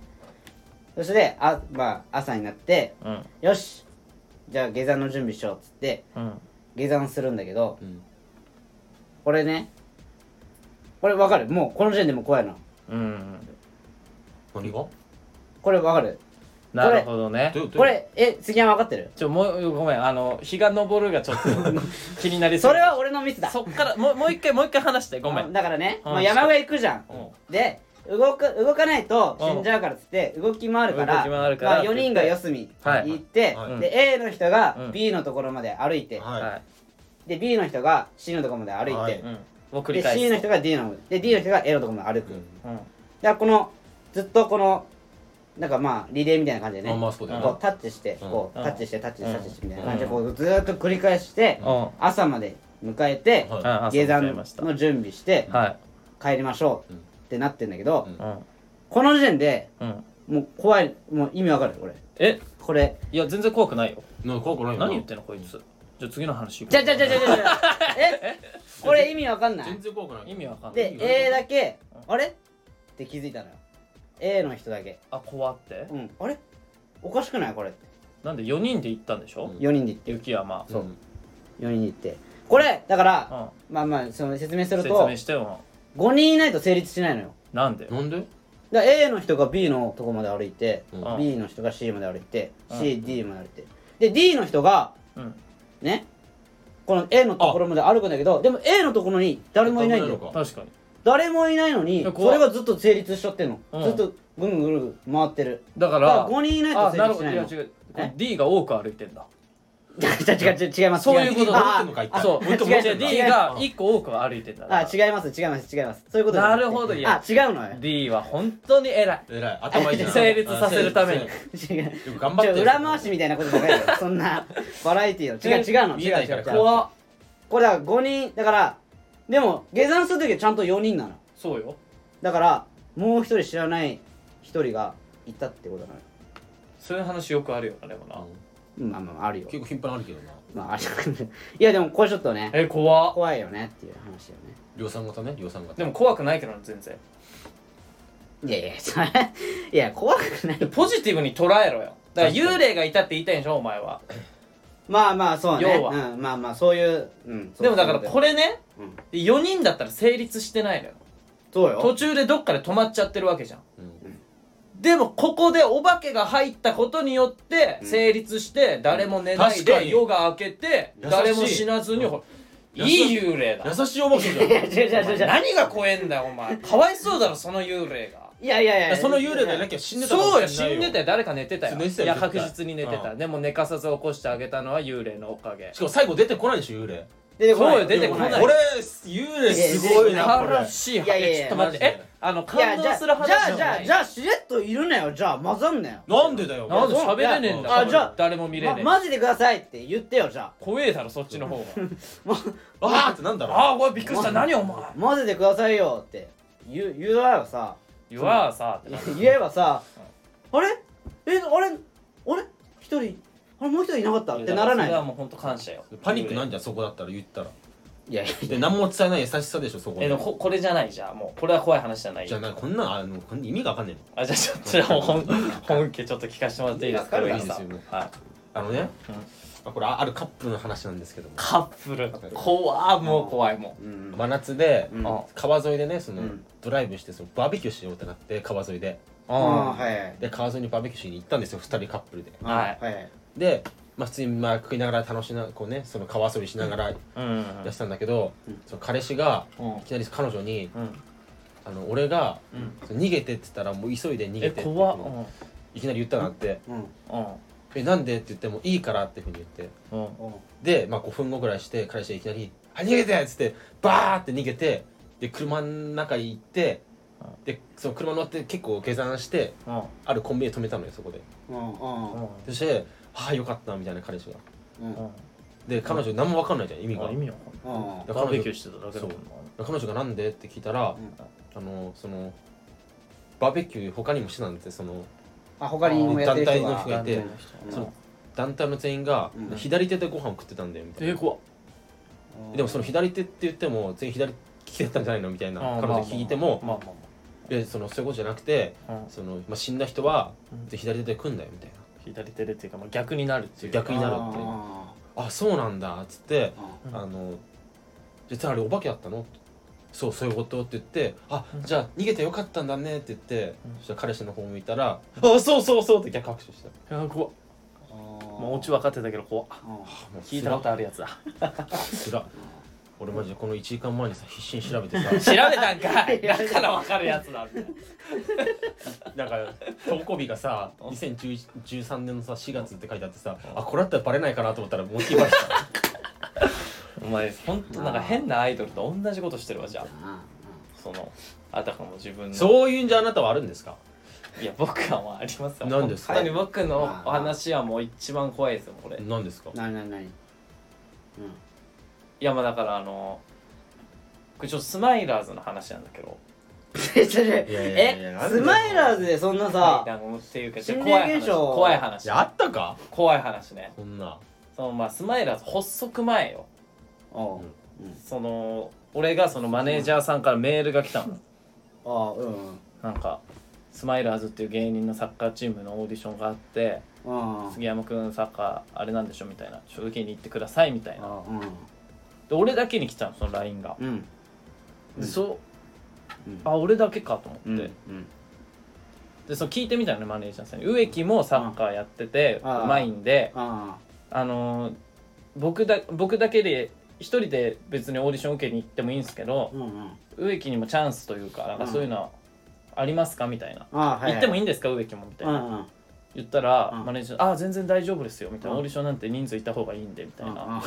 A: そしてあ、まあ、朝になって
B: うん
A: よしじゃあ下山の準備しようっつって
B: うん
A: 下山するんだけど
C: うん
A: これねこれわかるもうこの時点でもう怖いの
B: うん
C: 何がど
A: これわかる
B: なるほどね
C: ういう
A: これえ杉山わかってる
B: ちょもうごめんあの日が昇るがちょっ と気になりそう
A: それは俺のミスだ
B: そっからもうもう一回もう一回話してごめん
A: あだからね、
B: うん
A: まあ、山小屋行くじゃん
B: うん
A: で動く動かないと死んじゃうからっつって動き回るか
B: 動
A: ら
B: き回るから
A: まあ、4人が四隅
B: はい
A: 行って、
C: はい
A: で A の人
B: う
A: が
B: ん
A: B のところまで歩いて、
C: は
B: はい
A: で B の人が C のところまで歩いて、
C: は
B: う
C: い
B: んを繰り
A: で
B: 返す
A: C の人が D ので D の人が A のところまで歩
C: い
A: く、
C: うん
B: うん
A: でこのずっとこのなんかまあリレーみたいな感じでね、
C: まあまあそうだよ
A: こうタッチして、
C: うん
A: こう
B: うん
A: タッチしてタッチしてタッチしてみたいな感じで
B: うん
A: こうずーっと繰り返して、
B: うん
A: 朝まで迎えて、
C: はい
B: あ朝
A: 下
B: 迎え
A: 山
B: ました
A: の準備して
B: はい
A: 帰りましょう
C: うん
A: ってなってんだけど、
C: うん
B: うん
A: この時点で
B: うん
A: もう怖いもう意味わかるこれ
B: え
A: これ
B: いや全然怖くないよ
C: なんか怖くないよな
B: 何言ってんのこいつじゃあ次の話行こう
A: じゃじゃじゃじゃじゃじ ゃえこれ意味わかんない
C: 全然怖くない
B: 意味わかんない
A: で A だけあれって気づいたのよ A の人だけ
B: あ怖って
A: うんあれおかしくないこれって
B: なんで4人で行ったんでしょ
C: うん
A: 4人で行って
B: 雪山
C: そう
A: 4人で行ってこれだから
B: うん
A: まあまあその説明する
B: 説
A: と
B: 明してよ
A: 5人いないと成立しないのよ
B: なんで
C: なんで
A: だから A の人が B のとこまで歩いて、
C: うん
A: B の人が C まで歩いて、
B: うん
A: CD まで歩いてで D の人が
B: うん
A: ねこの A のところまで歩くんだけどでも A のところに誰もいないんだよ
C: 誰もいないの
B: 確かに
A: 誰もいないのに
B: いや
A: そ
B: 怖い
A: れがずっと成立しちゃってんの、
B: うん
A: ずっとぐんぐるぐる回って る
B: だか
A: だから
B: ら
A: 5人いないと
B: あな
A: 成
B: る
A: 立
B: ほ
A: し
B: ど
A: ないい
B: や
A: の
B: 違うこれ D が多く歩いてんだ
A: 違う違う違います
B: そういうことだ
A: ああ
C: 思ってんのか一
B: あ
C: 体
B: そう
A: もう一個
B: じゃあ
A: もう一個
B: D が1個多く歩いてんだ
A: あ違います違います違いますそういうことじゃくて
B: なるほどいや
A: あ違うのよ
B: D は本当に偉い
C: えらい頭いいじゃん
B: 成立させるために
C: うん
A: 違う
C: よく頑張
A: ち
C: って
A: ょ
C: る
A: 裏回しみたいなことじゃないよそんなバラエティー の違う違うの
C: 見
A: 違
C: えな
A: う
C: いか
A: 違
C: ら
A: う違う
B: 怖っ
A: これだから5人だからでも下山する時はちゃんと4人なの
B: そうよ
A: だからもう一人知らない一人がいたってことなのよ
B: そういう話よくあるよなでもな
C: う
A: うんまあまあまあある
C: ん
A: よ
C: 結構頻繁にあるけどな
A: まああるよ いやでもこれちょっとね
B: え怖っ
A: 怖いよねっていう話よ
C: 量産型ね量産型
B: でも怖くないけどな全然
A: ねいやいやそれいや怖くない
B: でポジティブに捉えろよだから幽霊がいたって言いたいんでしょお前は
A: まあまあそうね
B: 要は
A: うん、まあまあそういう、うん、そう
B: でもだからこれね
A: うん
B: 4人だったら成立してないのよ
A: そう
B: 途
A: よ
B: 中でどっかで止まっちゃってるわけじゃん
C: うん
B: でもここでお化けが入ったことによって
A: うん
B: 成立して誰も寝ない
C: 確か
B: で
C: に
B: 夜が明けて
C: 優しい
B: 誰も死なずにほら
C: 優
B: い
C: しい
B: い幽霊だ
C: 優しいおばけじゃん
A: いや違う違う
B: お
A: 違う
B: 前
A: 違う
B: 何が怖えんだよお 前かわいそうだろその幽霊が
A: いやい やいや
C: その幽霊がいなきゃ死んでたかも
B: そうよ
C: し
B: 死
C: れない
B: んでたよ誰か寝てたよ
C: 寝てた
B: いや
C: よ絶
B: 確
C: 対
B: 実に寝てた
C: うん
B: でも寝かさず起こしてあげたのは幽霊のおかげ
C: しかも最後出てこないでしょ幽霊
A: 出てこない
B: そうよ出てこない
C: これ幽霊すごいなこれ
B: 悲しい話
A: いやいやいや
B: ちょっと待って
C: マジ
B: え
C: で
B: あの
A: いやじ
B: 感
A: ゃ
B: 動
A: あ
B: する話
A: じゃあじゃあじ
B: ゃ
A: ゃあしれっといるなよじゃあ混ざんなよ
C: なんでだよ
B: なんで
A: そう
B: 喋れねえんだ
A: あじゃあ
B: 誰も見れねえ
A: まマジでくださいって言ってよじゃ
B: 怖えだろそっちの方が
C: あーってなんだろう
B: ああお前びっくりした何お前
A: あ混ぜてくださいよって言う言わばさ
B: 言わあさってな
A: 言えばさあれええあれあれ一人あれもう一人いなかったってならな
B: そ
A: い
B: れは
A: の
B: もう本当感謝よ
C: パニックなんじゃんそこだったら言ったら
A: いやい
C: で何も伝えない優しさでしょそこ
B: えでもここれじゃないじゃあもうこれは怖い話じゃない
C: じゃあなんかこんなんあのこんな意味がわかんないの
B: あじゃあちょっとじゃあもう本本家ちょっと聞かせてもらっていいですか
C: いい
B: 上
C: で
B: 田
C: すよ
B: さん
C: いいです
B: はい
C: あのね、あこれああるカップルの話なんですけども
B: カップル怖っもう怖いも
A: うんうん
C: 真夏で、
A: うん
B: あ
C: 川沿いでねその、
A: うん
C: ドライブしてそのバーベキューしようってなって川沿いで
B: う
A: ああ
B: ん
A: はいはい
C: で川沿いにバーベキューしに行ったんですよ2人カップルで
B: はい
A: はい
C: で、まあ、普通にまあ食いながら楽しなこうねその川遊びしながら
B: うん
C: やってたんだけど、
A: うん
C: その彼氏が
B: うん
C: いきなり彼女に
B: うん
C: 「あの俺が、
B: うん
C: その逃げて」って言ったらもう急いで逃
B: え
C: げてって
B: 怖っう
C: いきなり言ったなって
A: うん
B: ん
C: 「えなんで?」って言っても「いいから」っていうふうに言って
B: うんうん
A: うん
C: で、まあ、5分後ぐらいして彼氏がいきなり「あ逃げて!」っつってバーって逃げてで車の中に行ってでその車乗って結構下山して
B: うん
C: あるコンビニで止めたのよそこで
A: うんうん
C: そして「はあよかった」みたいな彼氏が
A: うん
B: うん
C: で彼女何も分かんないじゃん意味が
B: あ意味わかんない
A: うん
C: だから
B: バーベキューしてただけだもんな
C: 彼女がなんでって聞いたら、
A: ん
C: あのそのバーベキュー他にもしてたんですよその
A: あ他にもやってる人
C: 団体の人が
A: が
C: い
B: 団
C: て
B: 体の人
A: うん
C: その団体の全員が
A: うん
C: 左手でご飯を食ってたんだよみたいな、
B: え怖っ
C: でもその左手って言っても全員左利きだったんじゃないのみたいな
B: あー
C: 彼女聞いても、
B: まあま
C: でそのそういうことじゃなくて
B: あまあうん
C: その、まあ、死んだ人は
B: うん
C: で左手で食うんだよみたいな
B: 左手でっていうかまあ逆になるっていう
C: 逆になるっていう
A: あ
C: あそうなんだっつって、
B: うん
C: あの実はあれお化けだったのそうそういうことって言ってあ
B: うん
C: じゃあ逃げてよかったんだねって言って、
B: うん
C: そしたら彼氏の方向いたら「あそうそうそう」って逆拍手した
B: いや怖っ
A: ー
B: まあオチ分かってたけど怖っ
C: あもう
B: 聞いたことあるやつだ
C: つら俺マジでこの1時間前にさ必死に調べてさ
B: 調べたんか いだから分かるやつだって
C: なんか投稿日がさ2013年のさ4月って書いてあってさあこれだったらバレないかなと思ったらモテバレた
B: お前ほんとなんか変なアイドルと同じことしてるわじゃあそのあたかも自分の
C: そういうんじゃあなたはあるんですか
B: いや僕はまあありますよ
C: 何ですか
B: 本当に僕のお話はもう一番怖いですよこれい
C: 何ですか
A: なになになに
B: やまあだからあのこれちょっとスマイラーズの話なんだけど
C: いやいやいや
A: え
C: なんで
A: スマイラーズでそんなさ
B: 怪談っていうか
A: 心霊
B: 怖い
A: 現
B: 話
A: 象
B: 怖い話
C: いやあったか
B: 怖い話ね
C: こんな
B: そのまあスマイラーズ発足前よ
A: おう
C: うん
B: その俺がそのマネージャーさんからメールが来たの
A: あうん
B: なんかスマイラーズっていう芸人のサッカーチームのオーディションがあって
A: うん
B: 杉山君サッカーあれなんでしょみたいなちょっと受けに行ってくださいみたいな
A: うん
B: で俺だけに来たのその LINE が、
A: うん
B: でそう、
A: うん
B: あ俺だけかと思って、
A: うん
B: でその聞いてみたのねマネージャーさんに植木もサッカーやっててう
A: うん
B: まいんで
A: あ
B: あのー僕だ僕だけで一人で別にオーディション受けに行ってもいいんですけど
A: う、んうん
B: 植木にもチャンスというかなんかそういうのはありますかみたいな、
A: あはい
B: 行ってもい
A: い
B: いんですか植木もみたいうな、
A: んうん
B: 言ったら、
A: うん
B: マネージャー「あ全然大丈夫ですよ」みたいな、
A: うん
B: オーディションなんて人数いた方がいいんでみた
A: う
B: い
A: ん
B: な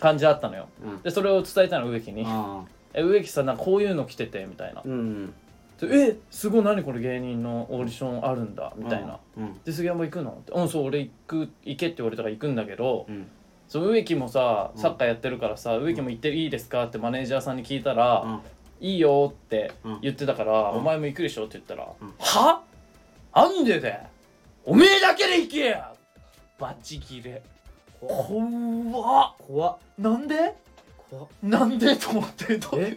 B: 感じだったのよ、
A: うん
B: でそれを伝えたの植木に「え植木さんなんかこういうの来てて」みたいな
A: うん
B: 「でえすごい何これ芸人のオーディションあるんだ」みたいな
A: うん
B: 「で杉山行くの?」って「うんそう俺行く行け」って言われたから行くんだけど、
A: うん
B: その植木もさ
A: うん
B: サッカーやってるからさ、植木も行っていいですかってマネージャーさんに聞いたら「
A: うん
B: いいよ」って
A: うん
B: 言ってたから「
A: うん
B: お前も行くでしょ」って言ったら「
A: うん
B: はなんでだよおめえだけで行けや!」バチギレ怖っ
A: 怖っ
B: なんで
A: 怖っ
B: なんでと思ってどういう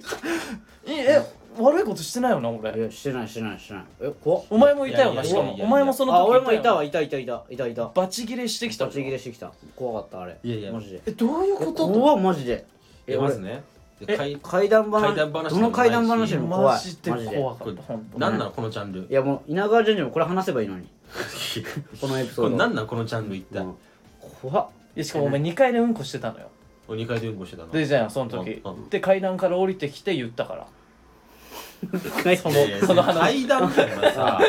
B: ええ悪いことしてないよな俺
A: いやしてないしてないしてないえ怖っ
B: お前もいたよ
C: い
B: な
C: やいやいや
B: しかも
C: いやいや
B: お前もその時
A: あ俺もい
B: よ
A: たわいたいたいたいたいた
B: バチギレしてきた
A: 立ち切れしてきた怖かったあれ
C: いやいや
A: マジで
B: えどういうこと
A: 怖っマジで
C: えまずね
B: え
C: かい
A: 階段話
C: 怪談話でもないし
A: どの階段話でも怖い
B: マジで怖か
C: こ
B: っ
C: れ
B: た本当
C: 何なのこのジャンル
A: いやもう稲川淳二もこれ話せばいいの にこのエピソー
C: こ
A: ド
C: れ何なのこのジャンル一体
A: うん怖っ
B: いやしかもお前2階でうんこしてたのよ
C: お2階でうんこしてたの
B: でじゃあその時
C: うんうん
B: で階段から降りてきて言ったからそ
C: いやい
B: の
C: や
B: その話
C: 階段みたいなさ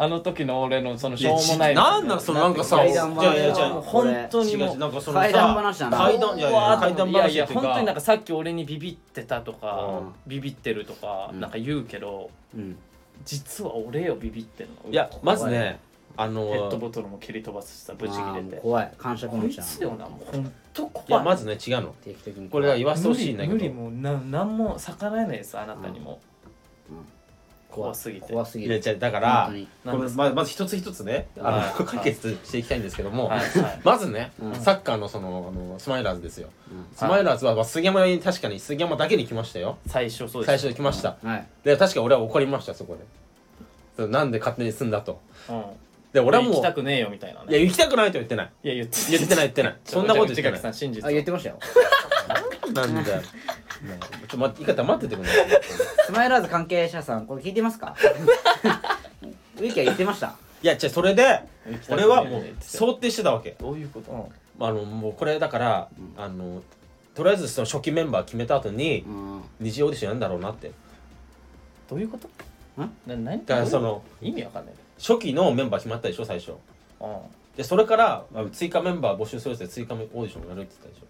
B: あの時の俺のその
C: い
B: しょ
C: や
B: うもない
C: なんなんそのなんかさ
A: 階段
C: いやいや
A: 話
C: いや
A: だな
B: 本当に
C: 違う
B: も
C: 違う
B: う
C: なんかそのさ
A: 階段話だな
C: 階段いやいや階段
B: いやい
C: 話
B: や
C: っていう
B: 本当になん
C: か
B: かさっき俺にビビってたとか
A: うん
B: ビビってるとか
A: うん
B: なんか言うけど
A: うん
B: 実は俺よビビってんの
C: いやまずねあ
B: ペッ
C: の
B: トボトルも蹴り飛ばすしさブチ切れ
A: あーもう
B: て
A: 怖い感触
B: こ
A: も
B: い
A: ちゃん
B: つよなもうほんと
C: いや
B: 怖い
C: まずね違うの
A: 定期的に
C: これは
A: 怖い
C: 言わせてほしいんだけ
B: 無理無理
C: ど
B: もうな何も逆らえないですあなたにも、
A: うんうん
B: 怖すぎて
A: 怖すぎ
C: いや
A: る
C: じゃあだ
A: 本
C: から
A: 当に
C: これままず一つ一つねあ
B: はい
C: の 解決していきたいんですけども
B: はいはい
C: まずね
A: うん
C: サッカーのそのあのスマイラーズですよ
A: うん
C: スマイラーズはまあ杉山に確かに杉山だけに来ましたよ
B: 最初そう
C: 最
B: です
C: 初に来ました
A: はい
C: で確か俺は怒りましたそこでそうなんで勝手に住んだと
B: うん
C: で俺はも
B: 行
C: う
B: きたくねえよみたいない
C: や
B: ね
C: 行きたくないとは言ってない
B: いや言って
C: 言ってない言っ てないそんなこと言ってない
B: 内垣さん真実
A: あ言ってましたよ
C: なんだよ。もうちょっと待って、言い方待っててくれ。
A: スマイラーズ関係者さんこれ聞いて ますかウィキは言ってました
C: いや、じゃ、それで、俺はもう
B: う
C: 想定してたわけ。
B: どういうことう
C: まああの、もう、これだから、あの、とりあえず、その初期メンバー決めた後に
A: う、ん
C: 二次オーディションやるんだろうなって。
B: どういうこと
A: ん
B: な何
C: だから、その、
B: 意味わかんないね
C: 初期のメンバー決まったでしょ、最初。
B: う
C: で、それから、あ追加メンバー募集するって、追加オーディションやるって言ったでし
B: ん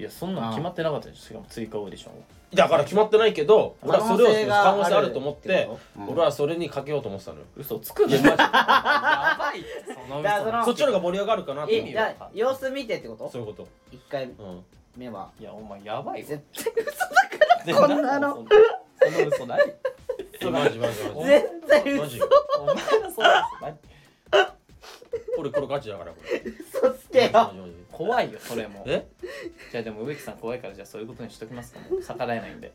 B: いやそんなの決まってなかったでしょしかも追加オーディションを
C: ょ。だから、決まってないけど、俺はそれを、
A: 可能性が
C: 可能性あると思って
A: あるってこ、とうん
C: 俺はそれにかけようと思ってたのよ。
B: 嘘つくねやばいってそ の
A: だからその
C: そっちの方が盛り上がるかなと思っ
A: え
C: て
A: じ。ゃあ様子見てってこと
C: そういうこと。
A: 一回
C: うん。
A: 目はい
B: やお前やばいわ
A: 絶
B: で
A: こんなの
B: その嘘何
C: えマジマジマジ。
A: 絶対
C: マジ
A: 嘘
C: よ
B: お前のその嘘何
C: これこれガチだからこれ。
A: 嘘つけよ
B: 怖いよそれも
C: え
B: じゃあでも植木さん怖いからじゃあそういうことにしときますかもう逆らえないんで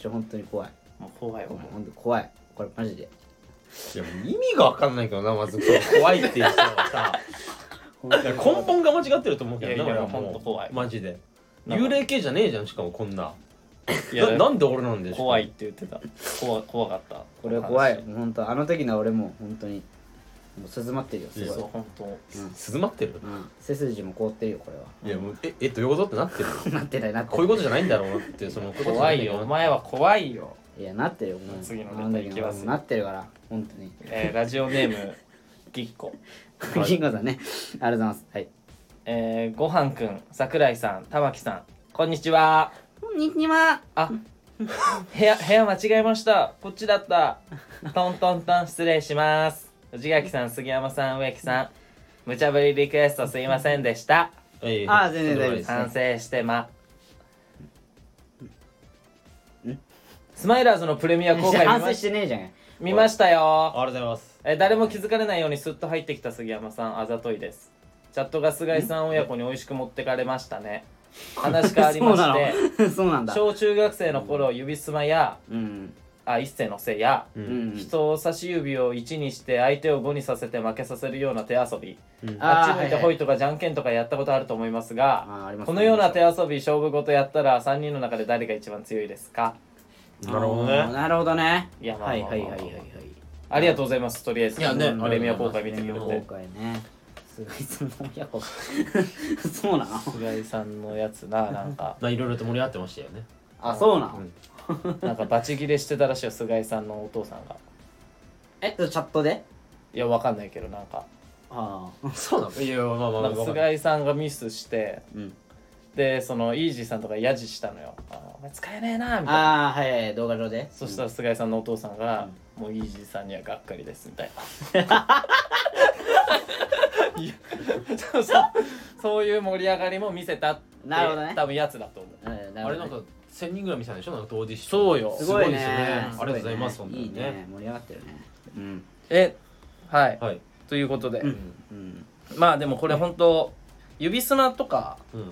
A: ちょ本当に怖い
B: もう怖いわ
A: ご
B: も
A: めん本当怖いこれマジで
C: いやもう意味が分かんないけどなまずこの怖いっていう人はさ
A: 本
C: だ
A: 当
C: か
A: に
C: ら根本が間違ってると思うけど
B: いやいや
C: だからもう
B: ほんと怖い
C: マジで
B: なんか
C: 幽霊系じゃねえじゃんしかもこんな
B: ういや
C: ななんで俺なんでしょ
B: 怖いって言ってた怖怖かった
A: これ怖い
B: こ
A: もう本当あの時の俺も本当にもう静まってるよす
B: の
A: ご
B: 話
A: い
B: そう本当
C: 静まってる
A: うん背筋も凍ってるよこれは
C: いやもうええどういうことってなって る
A: なってないなって
C: こういうことじゃないんだろうなってそのこううことじゃ
B: 怖
C: ないんだ
B: よ
C: ろう
B: お
C: な
B: 前は怖いよ
A: いやなってるよもう
B: 次のネタ
A: なんだけど
B: いきますよ
A: もうなってるから本当に
B: えーラジオネームぎっこ
A: 銀河さんねありがとうございますはい
B: えーごはんくん桜井さん玉木さんこんにちは
A: こんにちは
B: あ部屋部屋間違えましたこっちだったトントントン失礼します藤垣さん杉山さん植木さん無茶ぶりリクエストすいませんでした
C: いやいや
A: あー全然
C: とんで
A: 大丈夫
C: もない
A: です
B: 反省してまスマイラーズのプレミア公開見
A: 反
B: ま
A: 省
B: し
A: してねえじゃん
B: 見ましたよ
C: ありがとうございます
B: えー誰も気づかれないようにスッと入ってきた杉山さんあざといですチャットが菅井さん親子に美味しく持ってかれましたね話変わりまし
A: そうなのそうなん
B: て
A: だ
B: 小中学生の頃指すまや
A: うん
B: あ一世のせいや、
C: う
A: うんん
B: 人を差し指を1にして相手を5にさせて負けさせるような手遊び
C: うん
B: あっち
A: ー
B: 向いて
A: は
B: ほ
A: い
B: いとかじゃんけんとかやったことあると思いますが、
A: あーあります
B: このような手遊び勝負事やったら3人の中で誰が一番強いですか
C: なるほど
A: あー
C: ね
A: なるほどね
B: いやまあ
A: はいはいはいはいはい
B: ありがとうございますとりあえず
C: いやね
B: プレミア公開見てくれ
A: 今
B: て
A: 回ねすごいその親子 そうなの
B: 菅井さんのやつななんか
C: まあいろいろと盛り上がってましたよね
A: あそうなの
C: うん
B: なんかバチギレしてたらしいよ菅井さんのお父さんが
A: えっとチャットで
B: いやわかんないけどなんか
A: ああ
C: そうなのいやいやまあまあま
B: な
C: あ
B: ん
C: ま
B: か
C: あ
B: 菅井さんがミスして
A: うん
B: でそのイージーさんとかヤジしたのよあのお前使えねえなみたいな
A: ああはいはい動画上で
B: そしたら菅井さんのお父さんが、もうイージーさんにはがっかりですみたいな。いやそうそうそういう盛り上がりも見せたって
A: なるほどね
B: 多分やつだと思う。
A: うん
C: あれなん
A: るほどね
C: か1000人ぐらい見せたんでしょなんか当時
B: そうよ
A: すごいね
C: ですよねありがとうございます
A: ご
C: 本
A: ね
C: 当
A: いい
C: に
A: ね
C: ね
A: 盛り上がってるねうん
B: えはい、
C: はい
B: ということで、
A: うん
B: まあでもこれ本当指すまとか
C: うん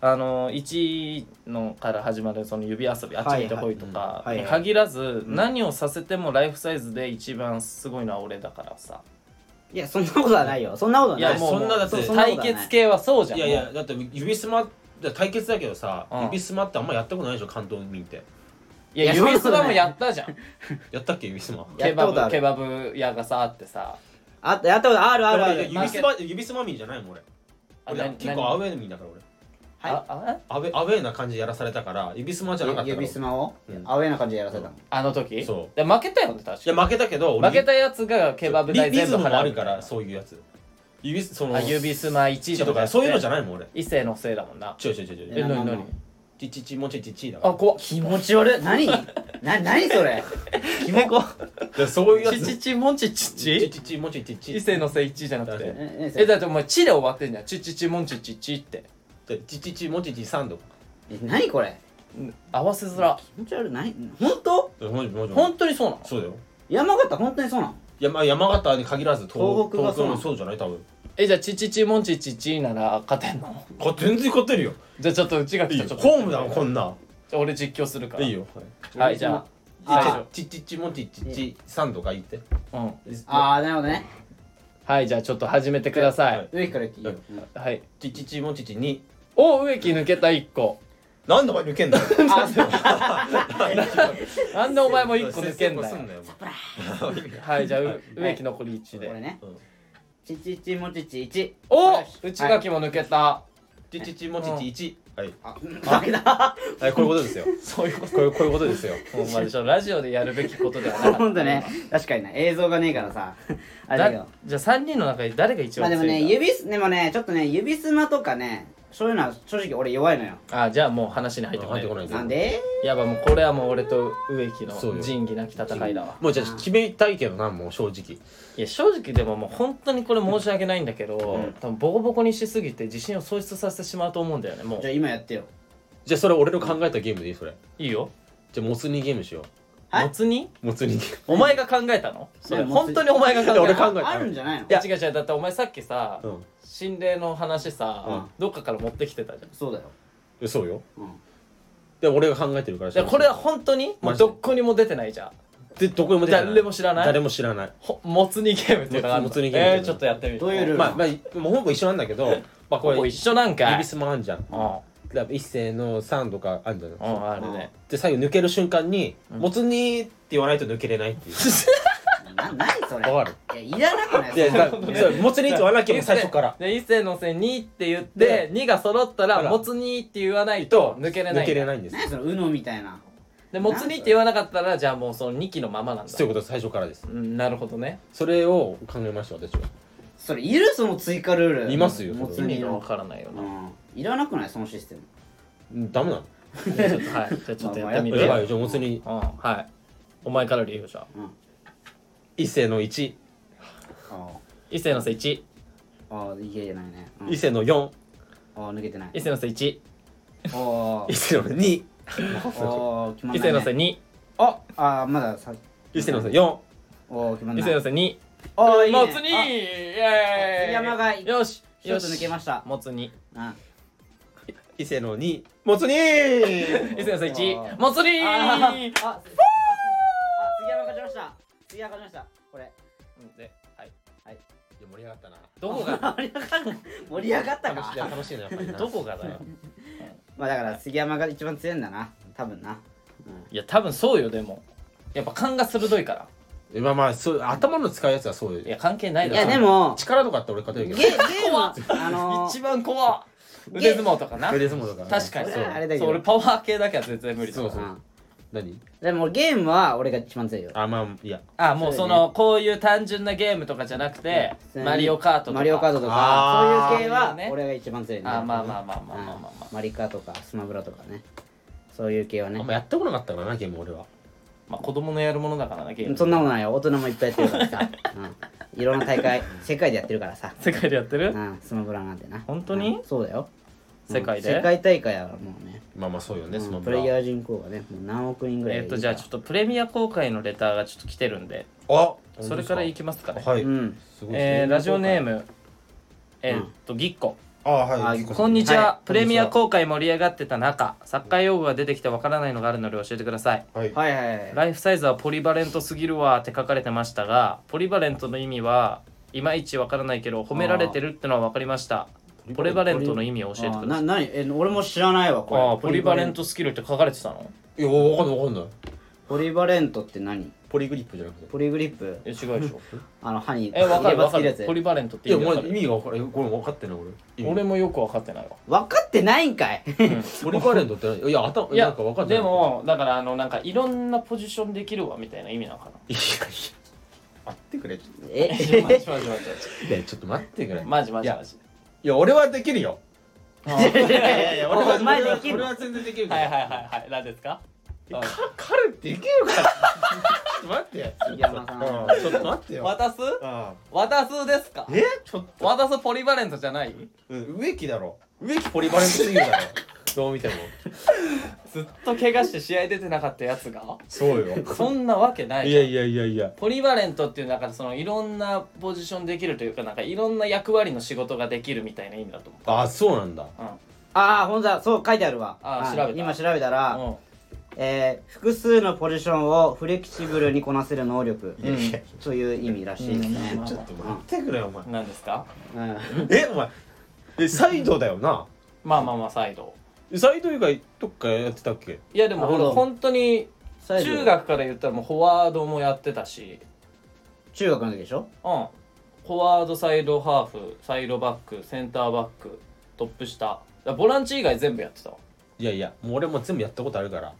B: あの1のから始まるその指遊びあっち向いてほいとか
A: はいはいうんはい
B: に
A: はい
B: 限らず、何をさせてもライフサイズで一番すごいのは俺だからさ。
A: いやそんなことはないよそんなことはいな
B: や
A: い
B: もう
C: そんなだって
B: もう対決系はそうじゃん。
C: いやいやだって指すま対決だけどさ、
B: うん
C: 指すまってあんまやったことないでしょ関東民って
B: いや
A: いや
B: 指すまもやったじゃん。
C: やったっけ指すま
A: や
B: ケ
A: った
B: バ
A: ことあ
B: ブ
A: る
B: ケバブ屋がさあってさ
A: あやったことあるあるあ
C: 俺
A: る
B: まあ
C: 指すま指すま民じゃないもん俺
B: あ
C: 俺
B: な
C: 結構
B: 何
C: アウェー民だから俺
A: はい
B: ああ
C: アウェアウェーな感じでやらされたから指すまじゃなかった
A: ゆ
C: から
A: 指すまを
C: うん
A: アウェーな感じでやらせたの
B: あの時
C: そう
B: で負けたよね確
C: いや
B: か
C: 負けたけど俺
B: 負けたやつがケバブ代
C: リリ
B: 全
C: ズ
B: 部
C: ムもあ
B: 払
C: る
B: う
C: から
B: う
C: そういうやつ指すその
B: あ指すま1
C: ち
B: と
C: と
B: か
C: かそういうのじゃ
B: ない
C: ないもん俺
B: 異性のせいだもんな
C: ちょいちょいちょいちょい
A: え
B: え
A: な
B: 何
A: な
B: 何
A: な
C: ちちちもちちちだか
B: あ
C: ら
B: 怖っ
A: 気持ち悪い何な何それ
B: キモコ
C: でそういうや
B: ち
C: つ
B: ちちもちちち
C: ちちちもちち
B: 異
C: ち
B: 性のせい1じゃなく
C: だ
B: て
C: ね
A: え
B: え
A: え
B: だってお前ちで終わってんじゃんちちちもちちちって
C: でちちちもちち三度
A: え何これ
B: 合わせづら
A: 気持ち悪い何本当
C: もちろんもちろん
B: 本当にそうなの
C: そうだよ
A: 山形本当にそうなの
C: 山山形に限らず
A: 東北がそうなの
C: もそうじゃない多分
B: えじゃあチチチモンチチチなら勝てんの
C: こ全然勝ってるよ
B: じゃあちょっとうちが
C: い
B: 来
C: い
B: たら
C: よ
B: ちょっと
C: ホームだもんこんな
B: じゃあ俺実況するから
C: いいよ
B: はいじゃあ
C: はい
B: は
C: ちっちっちもちっちっちさんとか言って
B: い、うん、
A: ああなるほどね
B: はいじゃあちょっと始めてください
A: 上から聞いて
C: はい
B: はい
C: ちっちっちもちっちに
B: お植木抜けた1個
C: なんでお前抜けん だよ
B: なんでお前も1個抜けんだ
C: 節制
B: よ
C: すよ
B: はいじゃあう植木残り1
A: これ
B: で
A: ね
C: うん
A: ちちちもちちち
B: お
A: よし
B: 内垣も抜けた
C: ちっちっちもちっち一はい
A: あ負けた
C: はいこういうことですよ そういうことこういうこういうことですよ
B: ほんまでしょラジオでやるべきことではなか った
A: ほんとね確かにね映像がねえからさあれだけど
B: だじゃあ3人の中で誰が一
A: まあ
B: 番
A: で
B: 強い
A: も
B: か、
A: ね指すでもねちょっとね指すまとかねそういうのは正直俺弱いのよ
B: あじゃあもう話に入ってこな
C: 入ってこないい
A: なんで
B: やばもうこれはもう俺と植木
C: そう
B: の
C: よ
B: 仁義なき戦いだわ
C: もうじゃあ決めたいけどなもう正直
B: いや正直でももう本当にこれ申し訳ないんだけど、多分ボコボコにしすぎて自信を喪失させてしまうと思うんだよねも
A: じゃあ今やってよ
C: じゃあそれ俺の考えたゲームでいいそれ
B: ういいよ
C: じゃあもつ煮ゲームしよ
A: はい
B: もつに
C: うもつ煮ゲーム
B: お前が考えたのそれ
A: もつ
B: 本当にお前が考え
C: いや
B: た
C: 俺考えた
A: あるんじゃないの
B: いや違う違うだってお前さっきさ、
C: うん
B: 心霊の話さ、
A: うん
B: どっかから持ってきてたじゃん
A: そうだよ
C: えそうよ
A: うん
C: で俺が考えてるから
B: じゃあこれは本当にも
C: マ
B: う
C: ジで
B: どこにも出てないじゃん
C: でどこにも出てない
B: 誰も知らない
C: 誰も知らない
B: ほもつにゲームっていうのがあるの
C: もつ煮ゲームっていう
B: え
C: の
B: ー、ちょっとやってみる
A: どういうルール
C: まあまあもうほぼ一緒なんだけどまあこ
B: ここ
C: れ
B: 一緒なんかい
C: 指ビスもあんじゃん
B: うんうん
C: だから一斉の3とかあんじゃん
B: あるね
C: で最後抜ける瞬間に「もつ煮」って言わないと抜けれない っていう
A: な何それ
C: わかる
A: いやいらなくない
C: で
A: そんな
C: だ
A: の
C: からそうもつ煮って言わなきゃもう最初から
B: で一斉の線2って言って
C: で
B: 2が揃った
C: ほ
B: ら
C: ら
B: もつにって言わないと抜けれない
C: 抜けれないんです
A: 何その UNO みたいな
B: でもつにって言わなかったらじゃあもうその2期のままなんだ
C: そういうことです最初からです
B: うんなるほどね
C: それを考えました私は
A: それいるその追加ルール
C: いますよ
A: もつ
B: 意
A: 煮
B: 味がわ
A: の
B: からないよな、
A: うんいらなくないそのシステム
C: うんダメなの
B: ちょっとはいじゃあちょっとやってみる
C: やばい
B: よ
C: よじゃあもつ煮
B: うんはいお前から理由じゃあ
C: 一斉の1
A: あ
B: 一斉の線1
A: あああいけないねうん
C: 一斉の4
A: ああ抜けてない
B: 一斉の線1
A: おー
C: 一斉の2
A: おー決まん
B: 一
A: ない、
B: 斉の
A: ね、
B: 線2
A: ああーまださ
C: 一斉の4
A: おー決まん
B: 一
A: ない
B: 斉の線2
A: おーいいね
B: もつにイエーイ
A: 山が
B: よし
A: ちょ
B: よ
A: っと
B: し
A: 抜けました
B: もつに
A: あ
C: 伊勢の2 もつ
B: 一
C: に
B: 斉の線
A: あ
B: 1
A: ー
B: もつに
A: あーあすあ杉山勝ちました杉山勝ちましたこれ
B: うんではい
C: 盛り上がったな
B: どこが
A: 盛り上がった盛り上がった
C: 楽しい
A: か
C: 楽しいなやっぱりな
B: どこがだよ
A: まあだから杉山が一番強いんだな多分ない
B: や多分そうよでもやっぱ勘が鋭いから
C: まあまあそう頭の使うやつはそ
B: い
C: うよ
B: や関係ない
A: い
B: だろ
A: やでも
C: 力とかって俺勝て
A: ゲ
C: る
A: ゲ
C: けど
A: ーム はあの
B: 一番怖っ腕相撲とかな
C: それですもんだから
B: 確かに
A: そ
B: そ
A: れはあれだけ
B: う
A: ど
B: 俺パワー系だけは絶対無理だ
C: そうそう
A: うん
C: 何
A: でもゲームは俺が一番強いよ
C: あまあいや
B: あもうそ
A: そうだ
B: のこういう単純なゲームとかじゃなくてマリオカートとか
A: マリオカートとか
C: あー
A: そういう系は
B: ね
A: 俺が一番強いね
B: あまあまあまあまあまあまあまあ
A: マリカとかスマブラとかねそういう系は
C: あ
A: ね
C: んまやってこなかったからなゲーム俺は
B: まあ子供のやるものだからなゲーム
A: そんなことないよ大人もいっぱいやってるからさ、うん、いろんな大会世界でやってるからさ、
B: 世界でやってる
A: うん、スマブラなんてな
B: 本当に
A: うんそうだよ
B: 世界で
A: うん世界大会はもうね
C: まあまあそうよね
A: うん
C: スマブ
A: プレイヤ
C: ラ
A: ー人口がねもう何億人ぐらい
B: えっとじゃあちょっとプレミア公開のレターがちょっと来てるんで
C: あ
B: それからいきますかね
C: は
A: と
C: い
A: うん
C: すごい
B: えーラジオネー
C: ム
B: ムえーっとぎっこ
C: あは
A: あ
C: いゆきこさ
B: こんにちは、
A: は
B: プレミア公開盛り上がってた中サッカー用語が出てきてわからないのがあるので教えてください
C: はい
A: はいはいはい
B: ライフサイズはポリバレントすぎるわって書かれてましたがポリバレントの意味はいまいちわからないけど褒められてるってのは分かりましたポリバレントの意味を教えて
A: あ
B: くだ
A: な
B: さい
A: 何え俺も知らないわこれ
B: ああポリバレントスキルって書かれてたの
C: いやわかんないわかんない
A: ポリバレントって何
C: ポリグリップじゃなくて
A: ポリグリップ
B: え違うでしょ
A: あの歯に
B: え分かる分
A: 分
B: か
A: か
B: る
A: る
B: ポリバレントって
C: い
B: 意
C: や
B: 味分かる
C: 俺意味が分からんこれ分かってない俺意味
B: 俺もよく分かってないわ
A: 分かってないんかい
C: ポリバレントって何いや頭
B: い
C: な
B: や
C: んか分かんない
B: でもだからあのなんかいろんなポジションできるわみたいな意味 なのかない
C: やいや待ってくれちょっ
A: え
B: マジマジマジ
C: といやちょっと待ってくれ
B: マジマジ
C: いや
B: マジ
C: いや俺はできるよ
A: お前できる
C: 俺は全然できる
B: はいはいはいいはい何ですか
C: か彼っていけるから待って
A: 杉山さん
C: うんちょっと待ってよ
B: 渡す
C: あ
B: 渡すですか
C: えちょっと
B: 渡すポリバレントじゃない
C: うん植木だろ植木ポリバレントすぎるだろどう見ても
B: ずっと怪我して試合出てなかったやつが
C: そうよ
B: そんなわけない
C: い
B: じゃ
C: や
B: ん
C: いやいやいや
B: ポリバレントっていうなんかそのいろんなポジションできるというかなんかいろんな役割の仕事ができるみたいな意味だと思
C: あそうなんだ
B: う、うん
A: ああほんとだそう書いてあるわ
B: あー
A: はい
B: 調べた
A: 今調べたら、
B: うん
A: えー複数のポジションをフレキシブルにこなせる能力
C: いやいや
A: という意味らしいですね、
B: うん
C: ちょっと待ってくれよお前
B: 何ですか
A: うん
C: えお前えサイドだよな
B: まあまあまあサイド
C: サイド以外どっかやってたっけ
B: いやでも
A: なる
B: 俺
A: ほど
B: 本当に
A: サイズ
B: 中学から言ったらもうフォワードもやってたし
A: 中学の時でしょ
B: うんフォワードサイドハーフサイドバックセンターバックトップ下だからボランチ以外全部やってたわ
C: いやいやもう俺も全部やったことあるから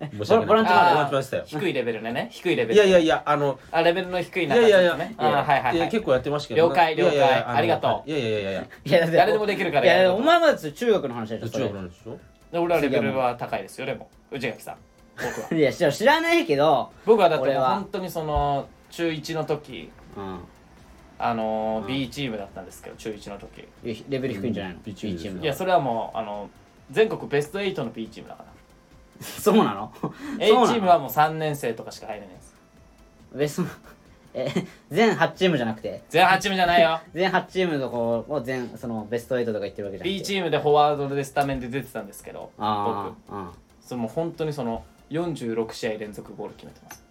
C: 申
A: ボランチま
B: で
C: ボランチましたよ
B: 低いレベルでね低いレベル
C: いやいやいやあの
B: あレベルの低い
C: い
B: 中
C: やいやいや、
B: ねあはいはい
C: い
B: は
C: や
B: い
C: 結構やってましたけど
B: 了解
C: いやいや
B: 了解
C: の
B: ありがとう
C: いやいやいやい
A: い
C: や
A: やだって
B: 誰でもできるから
A: いや
B: やること
A: お前まだ中学の話でしょ
C: 中
A: それ
C: 国なんでしょ
B: で俺はレベルは高いですよでも内垣さん僕はい
A: や知ら知らないけど、
B: 僕は だっても
A: 俺
B: う
A: は
B: 本当にその中1の時
A: うん
B: あのー
A: うん
B: B チームだったんですけど中1の時
A: いやレベル低いんじゃないの、
C: うん
A: B チ
C: チー
A: ー
C: ム
A: ム
B: いやそれはもうあの全国ベスト8の B チームだから
A: そうな の
B: A
A: そうなの
B: チームはもう3年生とかしか入れないです
A: 別のえ全8チームじゃなくて
B: 全8チームじゃないよ
A: 全8チームのこうを全そのベスト8とか言ってるわけじゃなくて
B: B チームでフォワードでスタメンで出てたんですけど
A: あ
B: 僕
A: あうん
B: そのもう本当にその46試合連続ゴール決めてます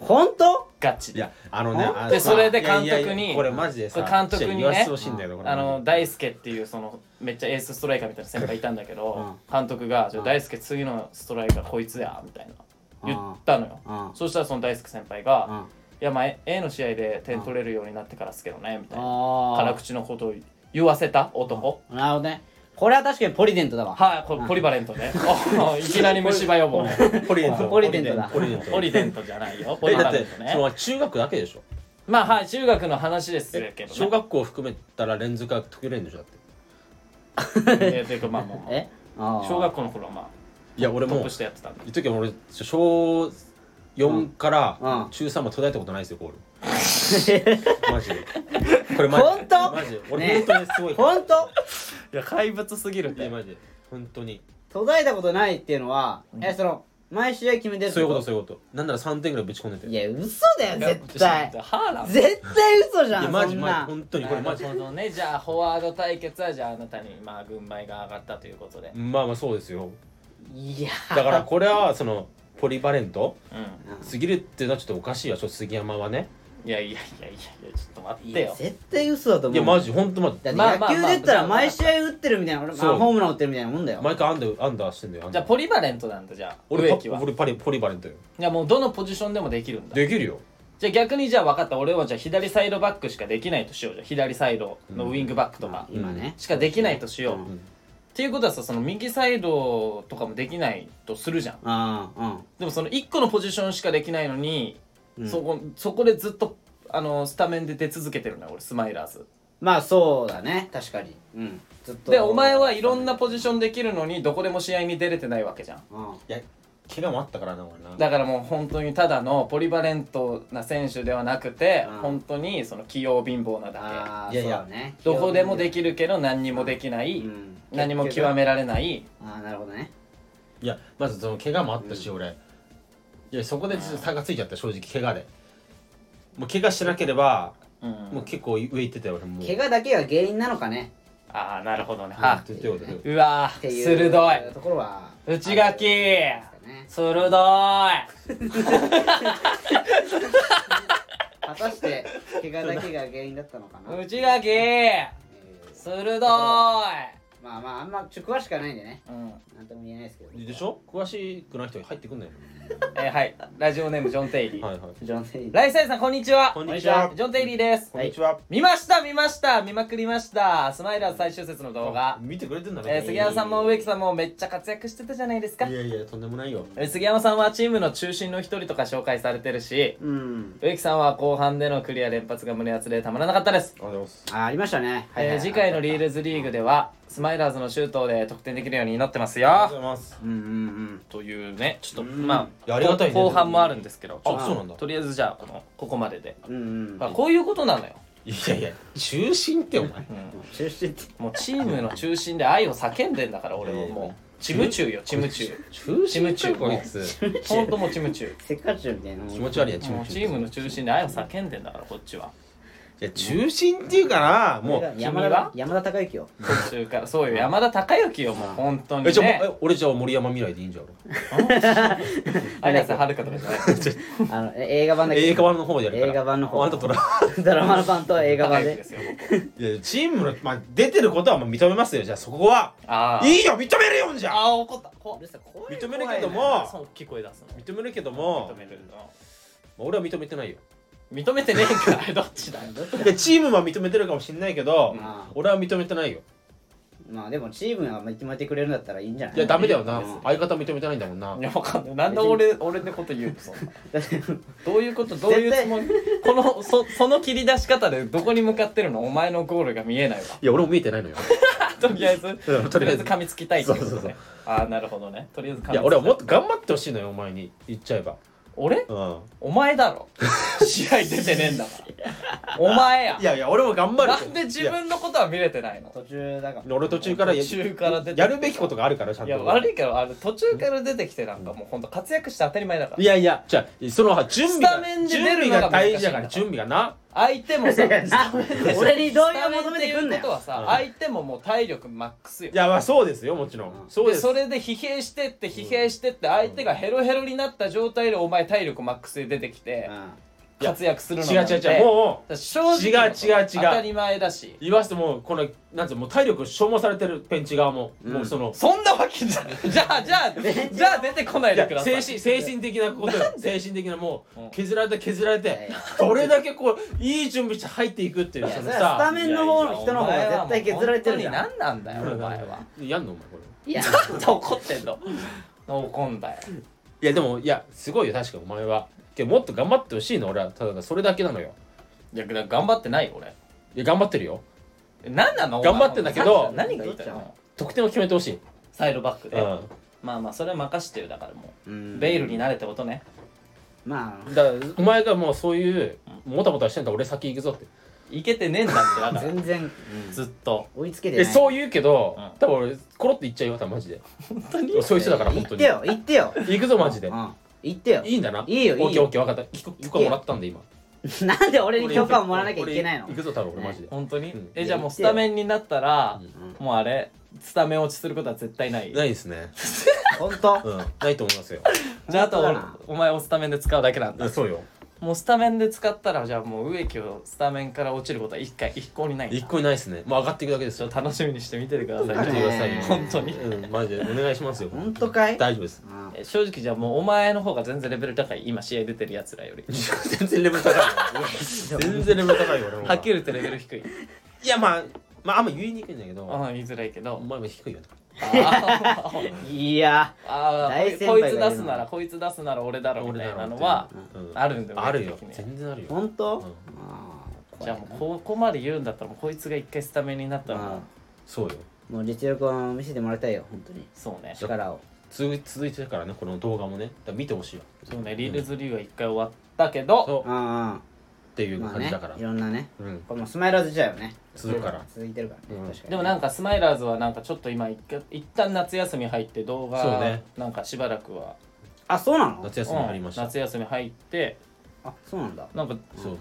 A: 本当
B: ガチ
C: い
B: で
C: やあのね
A: あ
C: あの
B: で
C: さ
B: それで
C: いやいやい
B: 監
C: や
B: 督に
C: これマジでさ
B: これ監督にね
C: 言わせてほしいんだよねこれ
B: あの大輔っていうそのめっちゃエースストライカーみたいな先輩いたんだけど、監督が「じゃあ大輔次のストライカーこいつや」みたいな言ったのよ、
A: うん
B: そしたらその大輔先輩が
A: うん
B: 「いやまあ A- A の試合で点取れるようになってからですけどねみたいな辛
A: あ
B: 口のことを言わせた男
A: あなるほどねこれは確かにポリデントだわ
B: はいこれポリバレントね おいきなり虫歯予防
C: ポリデント
A: ポリデントだ
C: ポリデント
B: ポリデントじゃないよポ
C: え
B: リ
C: だ
B: バ
C: っ
B: レン
C: て
B: ト
C: そ
B: ね
C: の中学だけでしょ
B: まあはい中学の話ですけど
C: 小
B: ね
C: 学校含めたら連続は解けれんでしょだって
B: いやていうかまあまあまあ
A: えああ
B: 小学校の頃はまあ
C: いや俺
B: トッ
C: も
B: プしてやってたんで
C: 一時俺小4から
A: うん
C: 中3まで途絶えたことないですよゴールマジでこれマジ
A: 本当
C: マジで俺本当にすごいから
A: 本当
B: いや怪物すぎるっ
C: いやマジで本当に
A: 途絶えたことないっていうのはえその毎試合決めてる
C: そういうことそういうことなんなら3点ぐらいぶち込んでて
A: いや嘘だよ絶対
B: ハーラン
A: 絶対嘘じ
C: い
A: ゃ
C: や
A: ん
C: マ
A: そ
C: ジ
A: ん
C: マジ
A: な
C: 本当にこれマジ
B: なるほどねじゃあフォワード対決はじゃああなたにまあ軍配が上がったということで
C: まあまあそうですよ
A: いや
C: だからこれはそのポリバレント
B: うん
C: すぎるっていうのはちょっとおかしいわちょっと杉山はね
B: いやいやいやいやいやちょっと待っ
A: い
B: て
A: や
B: よ
A: 絶対嘘だと思
C: いうやマジ本当ま
A: だ
B: まあ
A: って
B: まあ
A: 野球で言った
B: まあ
A: ら毎試合打ってるみたいな、俺ま
C: そ
A: あ、
C: う
A: ホームラン打ってるみたいなもんだよ。
C: 毎回アンダーアンダーしてんだよアン
B: じ
C: ダ
B: ゃあ
C: ー
B: ポリバレントなんだじゃあ
C: 俺
B: 植木は
C: パ俺パリポリバレントよ
B: じゃあもうどのポジションでもできるんだ
C: できるよ
B: じゃあ逆にじゃあ分かった俺はじゃあ左サイドバックしかできないとしようじゃあ左サイドのウイングバックとか
A: 今ね。
B: しかできないとしよう、
A: うん
B: っていうことはさその右サイドとかもできないとするじゃん
A: ああ、うん。
B: でもその1個のポジションしかできないのに、
A: うん
B: そこそこでずっとあのスタメンで出続けてるんだよ俺スマイラーズ
A: まあそうだね、確かに。うん。ずっと。
B: でお前はいろんなポジションできるのにどこでも試合に出れてないわけじゃん
A: うん。
C: いや怪我もあったからな俺な
B: だからもう本当にただのポリバレントな選手ではなくて、
A: うん
B: 本当にその器用貧乏なだ
A: ああ、
C: いやいや
A: そうだね。
B: けどこでもできるけど何にもできない、
A: うん
B: 何も極められない
A: ああ、なるほどね。
C: いやまずその怪我もあったし、俺いやそこでちょっと差がついちゃった正直怪我でもう怪我してなければ、
B: うん
C: もう結構上行ってたよ俺もう
A: 怪我だけが原因なのかね。
B: ああなるほどね、
C: うん
B: は
C: ということで
B: うわ
A: っていう
B: 鋭い
A: ところは。
B: 内垣
A: ね
B: 鋭い
A: 果たして、怪我だけが原因だったのかな。え
B: 内垣
A: ー
B: 鋭い、
A: まあまあ、あんま、ちょ詳しくはないんでね。
B: うん
A: なんとも言えないですけど。
C: でしょ詳しくない人が入ってくんない
B: えーはいラジオネームジョン・テイリー、
C: のはいはい
A: ジョン・セイリー
B: ライサイさんこんにちは
C: こんにちは
B: ジョン・テイリーです
C: こんにちは、
B: 見ました見ました見まくりましたスマイラーズ最終節の動画、
C: 見てくれてんだね、
B: えー杉山さんも植木さんもめっちゃ活躍してたじゃないですか
C: いやいやとんでもないよ
B: えー杉山さんはチームの中心の一人とか紹介されてるし
A: うん。
B: 植木さんは後半でのクリア連発が胸熱でたまらなかったです、
C: ありがとうございます
A: あ、ありましたね。はいはい
B: え
A: は
B: ー
A: い
B: 次回のリールズリーグではスマイラーズのシュートで得点できるように祈ってます
C: ありがと
B: よ
C: うございます
A: うんうんうん。
B: というねちょっと
A: うん
B: ま
C: い
B: あ
C: やありがたいね
B: 後後半もあるんですけどちょっ
C: あそうなんだ
B: ととりあえずじゃあこのここまでで、
A: うんうん
B: まあ、こういうことなのよ
C: いいやいや中心ってお前
A: 中心って
B: もうチームの中心で愛を叫んでんだから俺はもうチムチューよチムチュ
C: 中心
B: チムチュ
C: 中
B: ー
C: こいつ
B: ーほんともうチムチュ
A: せっかちみたいなもん
C: 気持ち悪いや
B: ー
C: チ
B: も
C: ム
B: う
C: チ
B: チ
C: ュ
B: ームの中心で愛を叫んでんだからこっちは
C: ーいや中心っていうからもう
A: 山
B: 君
A: 田
B: は
A: 山田孝之よ
B: 途中からそうよ山田孝之よもう本当に
C: えじゃあもう
B: ね
C: え俺じゃあ森山未来でいいんじゃん
B: 綾瀬はるかとかじゃない
A: あのえ映画版だ
C: 俺
A: けど
C: 映画版の方でやるから
A: 映画版の方
C: あんたとら
A: ドラマの版と映画版
B: 孝之で
A: です
B: よ
C: いやチームの、まあ、出てることはもう認めますよじゃあそこは
B: ああ
C: いいよ認めるよんじゃ
B: あー怒ったこ
A: うるさい怖い
C: 認めるけど
B: 怖いね
C: も
B: そう大きい声出すの
C: 認めるけども
B: 認めるの
C: まあ俺は認めてないよ
B: 認めてねえんかい どっちだよ
A: どっちだ
C: いやチームは認めてるかもしんないけど
A: ま
C: 俺は認めてないよ
A: あまあでもチームが認めてくれるんだったらいいんじゃない
C: いやダメだよな
A: うん
C: 相方認めてないんだもんない
B: やわかんないなんで俺俺のこと言うのそんな
A: だ って
B: どういうことどういうつもりこのそその切り出し方でどこに向かってるのお前のゴールが見えないわ
C: いや俺も見えて ないのよ
B: とりあえず
C: うんと
B: と
C: り
B: りあ
C: あえ
B: え
C: ず
B: ず噛みつきたいってことね
C: そうそうそう
B: ああなるほどねとりあえず噛みつきた
C: いや俺はもっと頑張ってほしいのよお前に言っちゃえば
B: 俺
C: うん
B: お前だ ろ試合出てねえんだからお前や
C: いやいや俺も頑張る
B: な
C: けど
B: んで自
C: いや
B: 分のことは見れてないの
A: 途中だから
C: 俺途中からや
B: 途中から出て
C: やるべきことがあるからちゃん
B: い
C: と
B: や悪いけどあの途中から出てきてなんかもうほんと活躍して当たり前だから
C: いやいやじゃあその準備
B: スタメン
C: が
B: で
C: 準
B: 出
C: 備
B: るの
C: が
B: が
C: 大
B: 難しいんだ
C: 事だから準備がな
B: 相手もさ
A: な俺に同意を求めてくんな
B: スタメンっていうこと
A: よ
B: はさ、
C: うん
B: 相手ももう体力マックスよ
C: いやまあそうですよもちろん
A: うん
C: そう
B: で
C: です
B: それで疲弊してって疲弊してって相手がヘロヘロになった状態でお前体力マックスで出てきて
C: いや
B: 活躍するの
C: 違う違う違う
B: う
C: も
B: 正直
C: 違う違う違う
B: 当たり前だし
C: う言わせてもうこのなんてもう体力消耗されてるペンチ側も
A: うん
C: もうその
B: そんなわけじ ゃじゃあじゃあじゃあ出てこない
C: い
B: で
C: や
B: ください
C: 精神精神的なことよ精神的なも
B: う
C: うん削られて削られ
A: いやいや
C: てどれだけこういい準備して入っていくっていう
A: いや
C: その
A: それはスタ
C: さ
A: メンの方の人の方が絶対削られてるじゃん
B: いやいやお前はもう本当に何なんだよお前 は
C: やんのお前これ
A: い や
B: ちょっと怒ってんの怒んだよ
C: いやでもいやすごいよ確かお前はけどもっと頑張ってほしいの俺はただそれだけなのよ
B: いやだから頑張ってないよ俺
C: いや頑張ってるよ
B: え何なのお前
C: 頑張ってんだけ
B: さっ
C: ど
B: きから何が言いたいの
C: 得点を決めてほしい、
B: サイドバック
C: う
B: で、
C: ん、
B: まあまあそれは任してるだからも
A: う
B: うんベイルになれってことね
A: ま
C: だからお前がもうそういうもたもたしてんだ俺先行くぞって
B: いけてねえんだってだ
A: あ
B: から
A: 全然
B: ずっと
A: 追いつけてな
C: え
A: い
C: そう言うけど、
B: うん
C: 多分俺コロッと言っちゃうよ多分マジで
B: 本当に
C: そういう人だから
A: 言
C: 本
A: っ
C: 当
A: て
C: に
A: よ言ってよ
C: 行くぞマジで
A: うん言ってよ
C: いいんだない
A: いよいいよ
C: オッケーオッケー分かった許許可もらったんで今
A: なんで俺に許可をもらわなきゃいけないの
C: 俺行くぞ多分俺マジで、
B: 本当に、
C: うん
B: えじゃあもうスタメンになったら、
A: う
B: もうあれスタメン落ちすることは絶対ない
C: ないですね
A: 本当
C: うんないと思いますよ
B: じゃああ
A: 本当だな
B: とおお前をスタメンで使うだけなんだ、
C: そうよ
B: もうスタメンで使ったらじゃあもう植木をスタメンから落ちることは一回一向にないんだ
C: 一個にないですねもう上がっていくだけです
B: ちょ
C: よ
B: っと楽しみにして見ててくだ
C: 見
B: さ
C: て
B: い
C: くださいよ
A: ねえ
B: 本当に
C: うんマジでお願いしますよ
A: 本当かい
C: 大丈夫です
A: うん
B: え正直じゃあもうお前の方が全然レベル高い今試合出てるやつらより
C: 全然レベル高いよ全然レベル高いよ俺の方が
B: はっきり言ってレベル低い
C: いやまあまああんま言いにくいんだけど
B: ああ言いづらいけ
C: お
B: ど
C: 前も低いよな
B: あー
A: いや
B: あ
A: 大
B: ー
A: 先
B: こ
A: 輩
B: い
A: がい
B: つ
A: るな
B: 出すならこいつ出すなら俺だろみたいなの
C: 俺だろ
B: は
C: みたいなうん
B: あるんだよ
C: あるよ
B: 俺的に
C: 全然あるよ
A: 本当
C: うん
A: あー
B: じゃあもうここまで言うんだったらもうこいつが一回スタメンになったらもう
A: うん
C: そうよ
A: もう実力を見せてもらいたいよ本当に
B: そうね
A: 力を
C: 続続いてるからねこの動画もねだから見てほしいよ
B: そうねリールズリーグは一回終わったけど
C: そう
A: うんうん
C: っていう
A: まあ
C: 感じ
A: ね
C: だから
A: いろんなね
C: うん
A: これもうスマイラーズ時代よね
C: 続くから
A: 続いてるからね
C: うん
A: 確かに
B: でもなんかスマイラーズはなんかちょっと今一回一旦夏休み入って動
C: そう
B: 画
C: ね
B: なんかしばらくは
A: あそうなの
C: 夏休み
B: うん
C: ありました
B: 夏休み入って
A: あそうなんだ
B: なんか
C: そうそう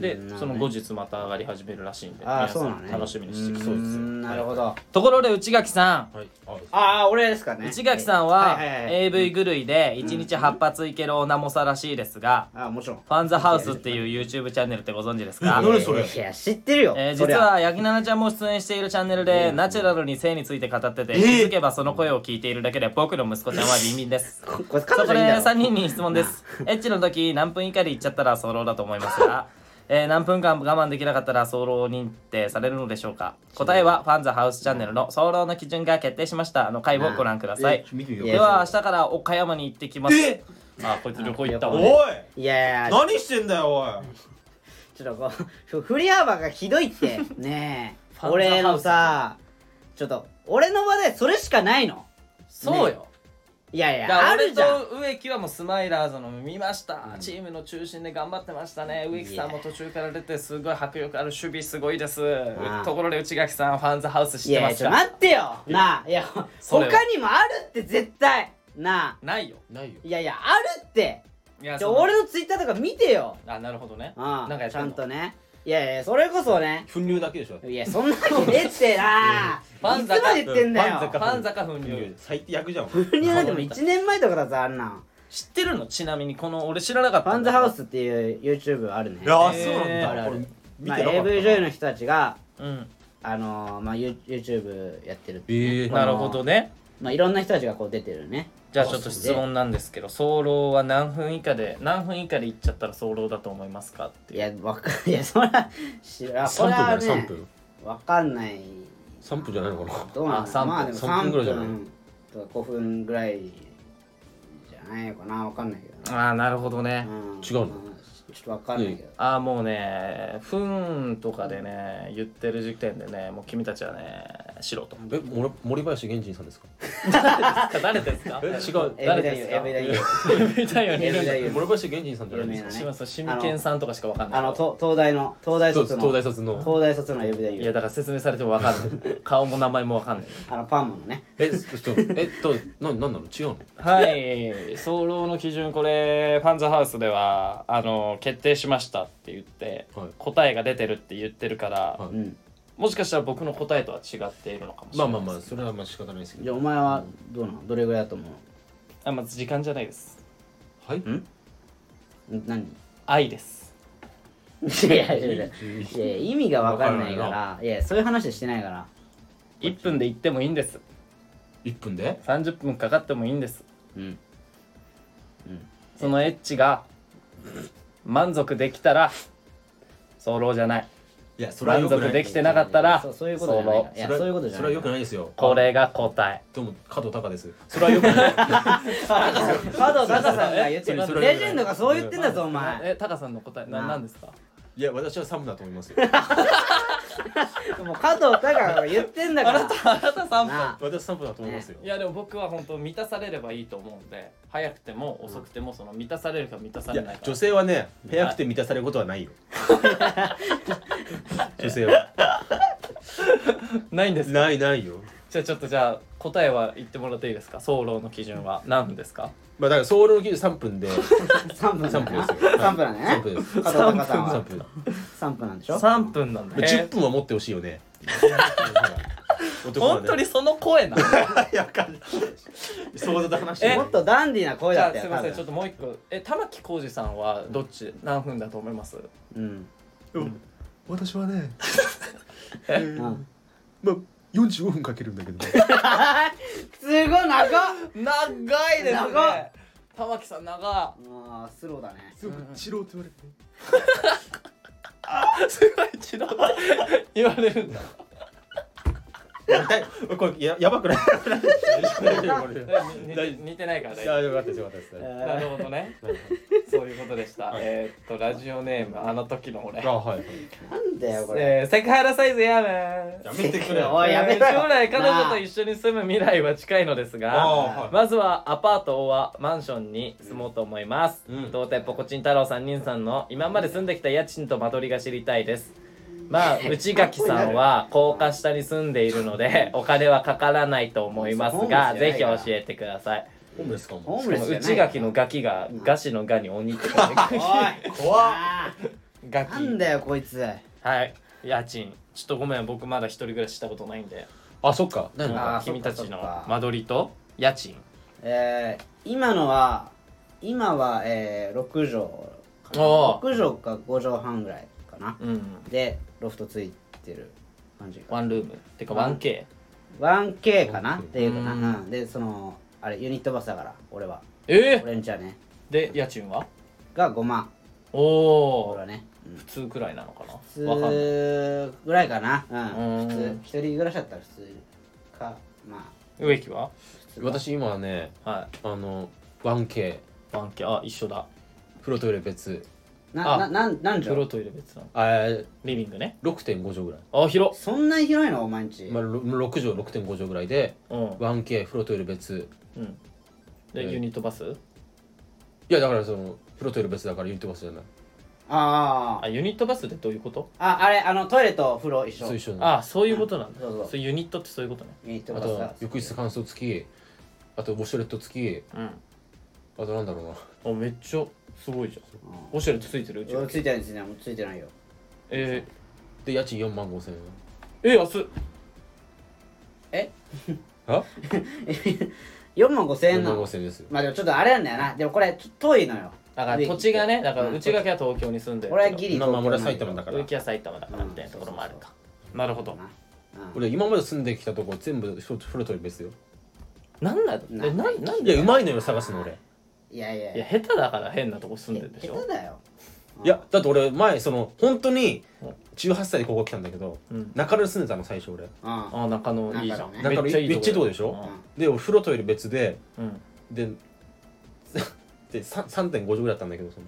B: で
A: うん
B: その後日また上がり始めるらしいんで
A: ああ
B: 皆
A: そう
B: さ
A: なの
B: ん
A: ね
B: 楽しみにしてきそう
A: うー
B: ですよ
A: んなるほど
B: ところで内垣さん
C: はいあ
A: ああ俺ですかね
B: 内垣さんは
A: い
B: い
A: いい
B: AV 狂いで1日8発いける女もさらしいですが
A: ああもちろん
B: ファンザハウスっていう YouTube チャンネルってご存知ですか
C: あ何それ
A: いやいや知ってるよ
B: えー
A: そり
B: 実
A: ゃ
B: は八木奈々ちゃんも出演しているチャンネルでナチュラルに性について語ってて気づけばその声を聞いているだけで僕の息子ちゃんはビンビンです
A: ここれ
B: そ
A: 彼
B: こ
A: 女
B: で
A: いいんだろ
B: 3人に質問ですエッチの時何分以下で言っちゃったら早漏だと思います が、えー何分間我慢できなかったら早漏認定されるのでしょうか答えはファンザハウスチャンネルの早漏の基準が決定しましたあの回をご覧ください
C: え見てみよ
A: いうや
B: では明日から岡山に行ってきます
C: え
B: あこいつ旅行行ったわ、ね、
C: おい
A: いやいや
C: 何してんだよおい
A: ちょっとこう 振り幅がひどい ってねえ
B: ファンザハウス
A: 俺のさちょっと俺の話題それしかないの
B: そうよ、
A: いやい
B: だから
A: やあ
B: 俺
A: るじゃん
B: と植木はもうスマイラーズの見ました、
A: うん
B: チームの中心で頑張ってましたね植木
A: いや
B: さんも途中から出てすごい迫力ある守備すごいです
A: ああ
B: ところで内垣さんファンズハウス知
A: い
B: って
A: や
B: ま
A: いや
B: す
A: ちょ
B: か
A: 待ってよなあいや
B: それは
A: 他にもあるって絶対なあ
B: ないよ
C: ないよ
A: いやいやあるって
B: いや
A: ち
B: そ
A: ょ
B: の
A: 俺のツイッターとか見てよ
B: あなるほどね
A: うん
B: なんかやっ
A: ち
B: てん
A: ゃ
B: の
A: んとねいやいやそれこそね
C: 粉乳だけでしょ
A: いやそんなわけねえってな
B: フ
A: い
B: ァン
A: つ
B: ザ
A: ま
B: カ
A: で言ってんだ
C: ファンザ
B: フ
C: カ
A: よ
B: ァンザカ粉流
C: 最悪じゃん
A: フになんてもう1年前とかだぞあんなん
B: 知ってるのちなみにこの俺知らなかった
A: ファンズハウス
B: ス
A: っていう YouTube あるね
C: いや
B: ー
C: ー、そう
B: えー
C: なんだ。これ見
A: まあ、
C: てなかったな。
A: AV 女優の人たちが
B: うん
A: あのーまあ、You- YouTube やってるっていうね
C: えー
B: なるほどね
A: まあ、いろんな人たちがこう出てるね
B: じゃあちょっと質問なんですけど早漏は何分以下で何分以下で行っちゃったら早漏だと思いますかって
A: い
B: いう
A: やわか いやそりゃ知らそ
C: 三
A: り
C: 分だ
A: ゃ
C: よ、三
A: ね
C: 分。
A: わかんない
C: 三分じゃないのかな。
A: どうなんだろ
B: あ
A: うまあでも
C: 3
A: 3
C: 分ぐらいじゃない
A: 分とか5分ぐらいじゃないのかなわかんないけどね、
B: ああなるほどね
A: うん、
C: 違うの
A: まあちょっとわかんないけど、
B: ああもうね「ふん」とかでね言ってる時点でねもう君たちはね素人
C: え、もら森林源人さんですか。
B: 誰です か
C: え、違う。
A: エ
B: 誰
A: ブで
B: で
A: すすかエ
B: か
A: ブです
B: みたいよ
A: エブ
B: ね
A: ダイユ
C: 森林源人さんじゃないです
A: 有名
C: か。
B: すいませんシミケンさんとかしかわかんない
A: あのと東大の東大
C: そう
A: 卒
C: です
A: の
C: 東大卒の。
A: 東大卒のエブダイ
B: い
A: ユ
B: やだから説明されてもわかんない顔も名前もわかんない
A: あのパンマのね
C: え、ちょっと、えっと、な、なんなの、違うの。
B: はい早漏の基準これファンズハウスではあの決定しましたって言って、
C: はい
B: 答えが出てるって言ってるから、
C: は
A: うん
B: もしかしたら僕の答えとは違っているのかもしれ
C: ま
B: な
C: あ
B: い
C: まあまあ、それはまあ仕方ないですけ
A: じゃ
C: ど。
A: あお前はどうなのどれぐらいだと思
B: あまず時間じゃないです
C: はい。
A: うん何
B: 愛です
A: いやいやいやいや意味が分かんないから
C: わ
A: いやそういう話してないから
B: 1分で行ってもいいんです
C: 一分で。
B: 30分かかってもいいんです
A: うん
B: そのエッチが満足できたら早漏じゃない
C: いや、それは
B: 満
C: よく
B: 足
C: な
B: で
C: い。
B: きてなかったら
A: そうそういうことじゃないからいや
C: それは
A: そういうことじゃ
C: そ
A: な
C: れはいよくないですよ。
B: これが答え
C: どうも、加藤隆です。それはよくない。
A: 加藤隆さんが言ってる
C: それそれ
A: レジェンドがそう言ってんだぞお前
B: えタカさんの答えな
A: なあ
B: 何ですか
C: いや、私はサムだと思いますよ。
A: もう加藤隆が言ってんだから
B: あなたさん
A: なあ
C: 私はサムだと思いますよ
B: い。やでも僕は本当満たされればいいと思うんで早くても遅くてもその満たされるか満たさ
C: い
B: れない
C: や
B: か、
C: 女性はね、早くて満たされることはないよ。女性は。
B: ないんですか
C: ないないよ。
B: じゃあちょっとじゃあ答えは言ってもらっていいですか早漏の基準は何分ですか
C: まあだからソウルの記事3分で
A: 3分
C: 3
A: だな
C: 分ですよ。
A: 3分だね
C: 3分です。
A: 加藤隆さん
C: 3
A: は
C: 分。
A: 3分なんでしょ
B: 3分なんだ
C: 10分は持ってほしいよね。男は
B: 本
C: ね
B: 当にその声 なの
C: いやわかんない。想像と話し
B: え
C: て
A: もっとダンディーな声
B: じゃ
A: だっ
B: あ
A: たよ
B: すいません
A: 多
B: ち
A: 分
B: ょっともう一個え玉置浩二さんはどっち何分だと思います
A: うん
C: うん私はね、
B: え
C: ー
A: うん
C: まあ45分かけるんだけど。
A: すごい長っ
B: 長いですね
A: 長っ
B: 玉置さん長
A: もうスローだね
C: すごくチローって言われて。
B: すごい一度言われる んだ
C: やばいこれややばくない。大丈夫これ
B: え似
C: 大
B: て
C: 丈夫。
B: 似てないから
C: い
B: 大
C: や
B: 丈
C: よかったですよかったです。
A: え
B: 夫なる
A: ー
B: ほど ね
C: はい
B: そういうことでした
C: はい
B: えーっとラジオネームあの時の俺
C: あはい。
A: なんだよこれ
B: えーセクハラサイズやめ
C: やめてくれ。
A: おいやめ
B: えー
A: ろよ
B: 将来彼女と一緒に住む未来は近いのです
C: ああ
B: が
C: はい
B: まずはアパートはマンションに住もうと思います、
C: うん
B: 当店ポコチン太郎さん人さんの今まで住んできた家賃と間取りが知りたいです まあ内垣さんは高架下に住んでいるのでお金はかからないと思いますがぜひ教えてください
C: ホームレスか
A: ホ
C: も。
A: ームレスじゃない
B: 内垣のガキがガシのガに鬼って書いて
A: おい
C: 怖っ
A: あ
B: ガ
A: ー なん
B: キ
A: だよこいつ
B: はい家賃ちょっとごめん僕まだ一人暮らししたことないんで
C: あそっか。何
A: あー
B: 君たち
A: そっかそっ
B: の
A: か
B: 間取りと家賃
A: えー、今のは今は、えー、6畳かな
B: おー
A: 6畳か5畳半ぐらいかな、
B: うん
A: でロフトついてる感じ
B: ワンルームってか 1K
A: 1K かなっ
C: 1K
A: ていうかな、
B: う
A: うんん、でそのあれユニットバスだから俺は
B: え
A: 俺んちはね
B: で家賃は
A: が5万
B: お
A: 俺
B: お
A: はね、うん、
B: 普通くらいなのか
A: 普
B: なわかんない
A: 通ぐらいかなうん
B: うん
A: 普通一人暮らしだったら普通かま
B: 植木は
C: 私今はね、
B: は
C: あの 1K
B: い 1K あ一緒だ
C: 風呂トイレ別
A: あな
B: あ
A: ななん何
B: 風呂
A: 畳
B: トイレ別なの
C: あー
B: リビングね
C: 6.5畳ぐらい、
B: あ広っ
A: そんなに広いのお前んち、
C: まあ、ろ6畳6.5畳ぐらいで
B: うん
C: 1K 風呂トイレ別
B: うんで
C: うん
B: ユニットバス
C: いやだからそのプロトイレ別だからユニットバスじゃない
A: あ
B: あユニットバスってどういうこと
A: あああれあのトイレと風呂一緒
C: そう一緒なの
B: ああそういうことなんだ
A: そうそう
B: そうユニットってそういうことね
A: ユニット
C: あ
A: バ
C: と
A: ス
C: は
A: が
C: 浴室乾燥付きあとウォシュレット付き
B: う
C: あとなんだろうなん
B: あめっちゃすごいじゃんウォシュレットついてるうち
A: うん
B: は
A: ついてないですねもうついてないよ
B: え
C: で家賃4万5千円
B: ー、え安っ
A: え
C: あ
A: 4万5千円
C: 4
A: な
C: 万
A: の
C: 5千円ですよ
A: まあでもちょっとあれなんだよなでもこれちょっと遠いのよ
B: だから土地がねだから内垣は東京に住んでる
A: 俺は
B: けど
A: ギリ
C: まあまあ俺は埼玉だから
B: 植木は埼玉だからみたいなところもあるかなるほど
C: 俺今まで住んできたとこ全部プロトイレ別よ
B: なんなのえな
A: なん
B: んなん
C: いや
B: で
C: うまいのよ探すの俺
A: いやいや
B: いや下手だから変なとこ住んでるでし
A: 下
B: ょ
A: 手だよ
C: いやだって俺前その本当に18歳でここ来たんだけど、
B: うん
C: 中野に住んでたの最初俺
A: うん
B: ああ中野いいじゃん
C: 中野
B: めっちゃいい
C: めっちゃいいとこでしょ
B: だよ
C: で俺風呂トイレ別で
B: うんうん
C: で でさ3.5畳ぐらいだったんだけどその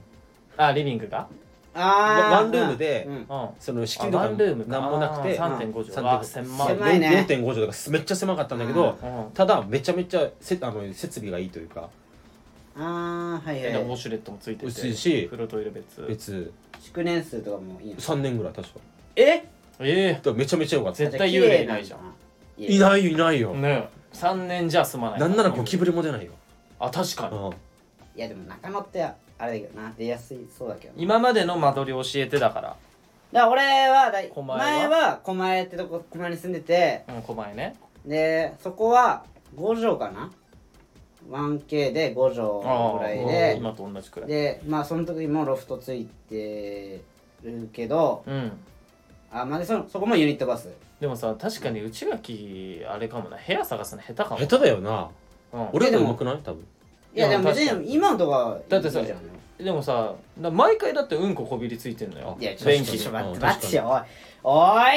B: あリビングが
A: あ
C: ワンルームで
A: うん
B: うん
C: その資
B: あ
C: 金と
B: ワ
C: か
B: ンルームか
C: なんもなくて
B: あー3.5畳は1000万
A: 狭いね
C: 4.5畳だからめっちゃ狭かったんだけど、
B: うん
C: ただめちゃめちゃせあの設備がいいというか
A: ああはい
B: でウ
A: は
B: ォ
A: い
B: シュレットもついて
C: うち
B: て
C: し
B: 風呂トイレ別
C: 別
A: 築年数とかもいいの
C: 3年ぐらい確かだか
A: え
B: ええ
C: らめちゃめちゃ良かった
B: 絶対幽霊いないじゃん
C: い
A: い
C: ないよいないよ、
B: ねえ3年じゃ済まない
C: なんならゴキブリも出ないよ、
B: あ確か
C: う
B: に
C: ん、
A: いやでも中野ってあれだけどな出やすいそうだけどな
B: 今までの間取り教えてだか
A: だから俺はだい
B: 狛江は
A: 前は狛江ってとこ狛江に住んでて
B: らうん小前ね
A: でそこは5畳かな 1K で5
B: ああ
A: 畳ぐ
B: うん
A: らい
B: 今と同じくら
A: で
B: い
A: でまあその時もロフトついてるけど
B: うん
A: あまあでそのそこもユニットバス
B: でもさ確かに内垣あれかもな部屋探すの下手かも
C: 下手だよな
B: うん
C: 俺らのうまくない多分
A: いや
B: いや
A: でも別
B: 確か
A: に
B: に
A: 今のとこはい
B: だってさ
A: いいじゃん
B: でもさだ毎回だってうんここびりついてんのよ
A: いやちょ
B: 便
A: っと
B: 器
A: ちょっ
B: に
A: と待って
C: うん
A: 待ってよおいお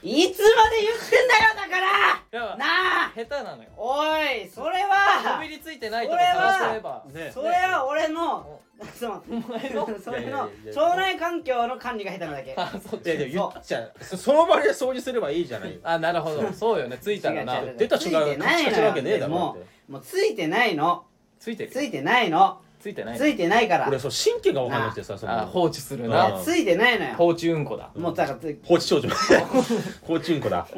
A: いいつまで言ってんだよだから
B: いや
A: なあ
B: 下手なのよ
A: おいそれ
B: こ
A: は
B: びりついてないとこ探せば
C: ね
A: それは俺のその
B: お前の
A: それ
C: いやいや
A: の
C: いや
A: 腸内環境の管理が下手なだけ
B: あそっ
C: いやいや
B: ち
C: 言っちゃそ その場で掃除すればいいじゃないよ
B: あなるほどそうよねついたらな
A: 違う違う違う
C: 出た瞬間
A: ついてないのよ
C: カチカチなわけねえだろ
A: も
C: だって
A: もうついてないの
B: ついてる
A: ついてないの
B: ついてない
A: ついてないから
C: 俺そう神経が分かんなくてさそ
B: あ
C: の
B: 放置する
A: いや
B: な
C: あ
A: ついてないのよ
B: 放置うんこだ
A: もうだからつ
C: 放置少女放置うんこだ